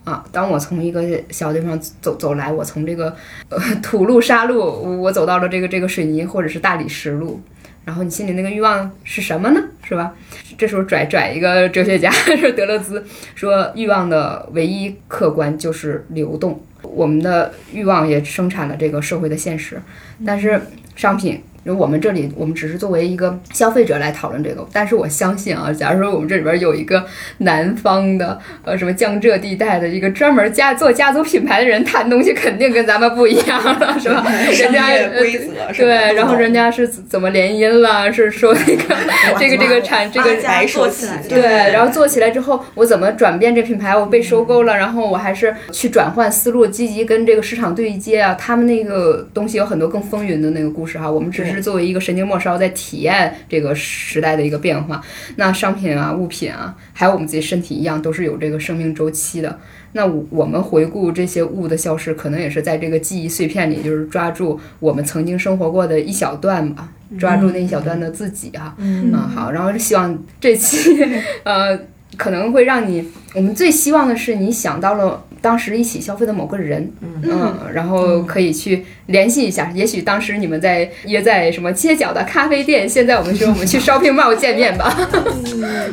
[SPEAKER 6] 啊！当我从一个小地方走走来，我从这个呃土路、沙路，我我走到了这个这个水泥或者是大理石路，然后你心里那个欲望是什么呢？是吧？这时候拽拽一个哲学家 说德勒兹说，欲望的唯一客观就是流动。我们的欲望也生产了这个社会的现实，但是商品。就我们这里，我们只是作为一个消费者来讨论这个，但是我相信啊，假如说我们这里边有一个南方的，呃，什么江浙地带的一个专门家做家族品牌的人谈东西，肯定跟咱们不一样了，是吧？ 人家
[SPEAKER 3] 商业规则是吧
[SPEAKER 6] 对，然后人家是怎怎么联姻了，是说那个这个这个产这个
[SPEAKER 4] 家做起来，
[SPEAKER 6] 对，然后做起来之后，我怎么转变这品牌？我被收购了，然后我还是去转换思路，积极跟这个市场对接啊。他们那个东西有很多更风云的那个故事哈，我们只是作为一个神经末梢在体验这个时代的一个变化。那商品啊、物品啊，还有我们自己身体一样，都是有这个生命周期的。那我我们回顾这些物的消失，可能也是在这个记忆碎片里，就是抓住我们曾经生活过的一小段吧，抓住那一小段的自己哈、嗯好，然后希望这期呃可能会让你，我们最希望的是你想到了当时一起消费的某个人，
[SPEAKER 4] 嗯
[SPEAKER 6] 然后可以去联系一下，也许当时你们在约在什么街角的咖啡店，现在我们说我们去 shopping mall 见面吧。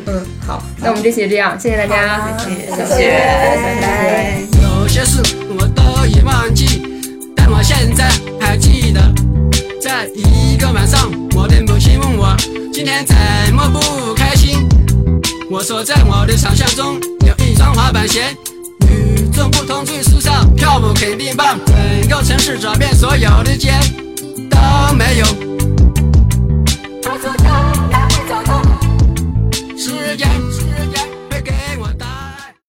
[SPEAKER 6] 嗯，好，那我们这期就这样，谢谢大家，
[SPEAKER 4] 谢谢，拜
[SPEAKER 5] 哎
[SPEAKER 4] 拜。
[SPEAKER 12] 有些事我都已忘记，但我现在还记得。在一个晚上，我的母亲问我今天怎么不开心。我说在我的想象中有一双滑板鞋，与众不同最时尚，跳舞肯定棒。整个城市找遍所有的街都没有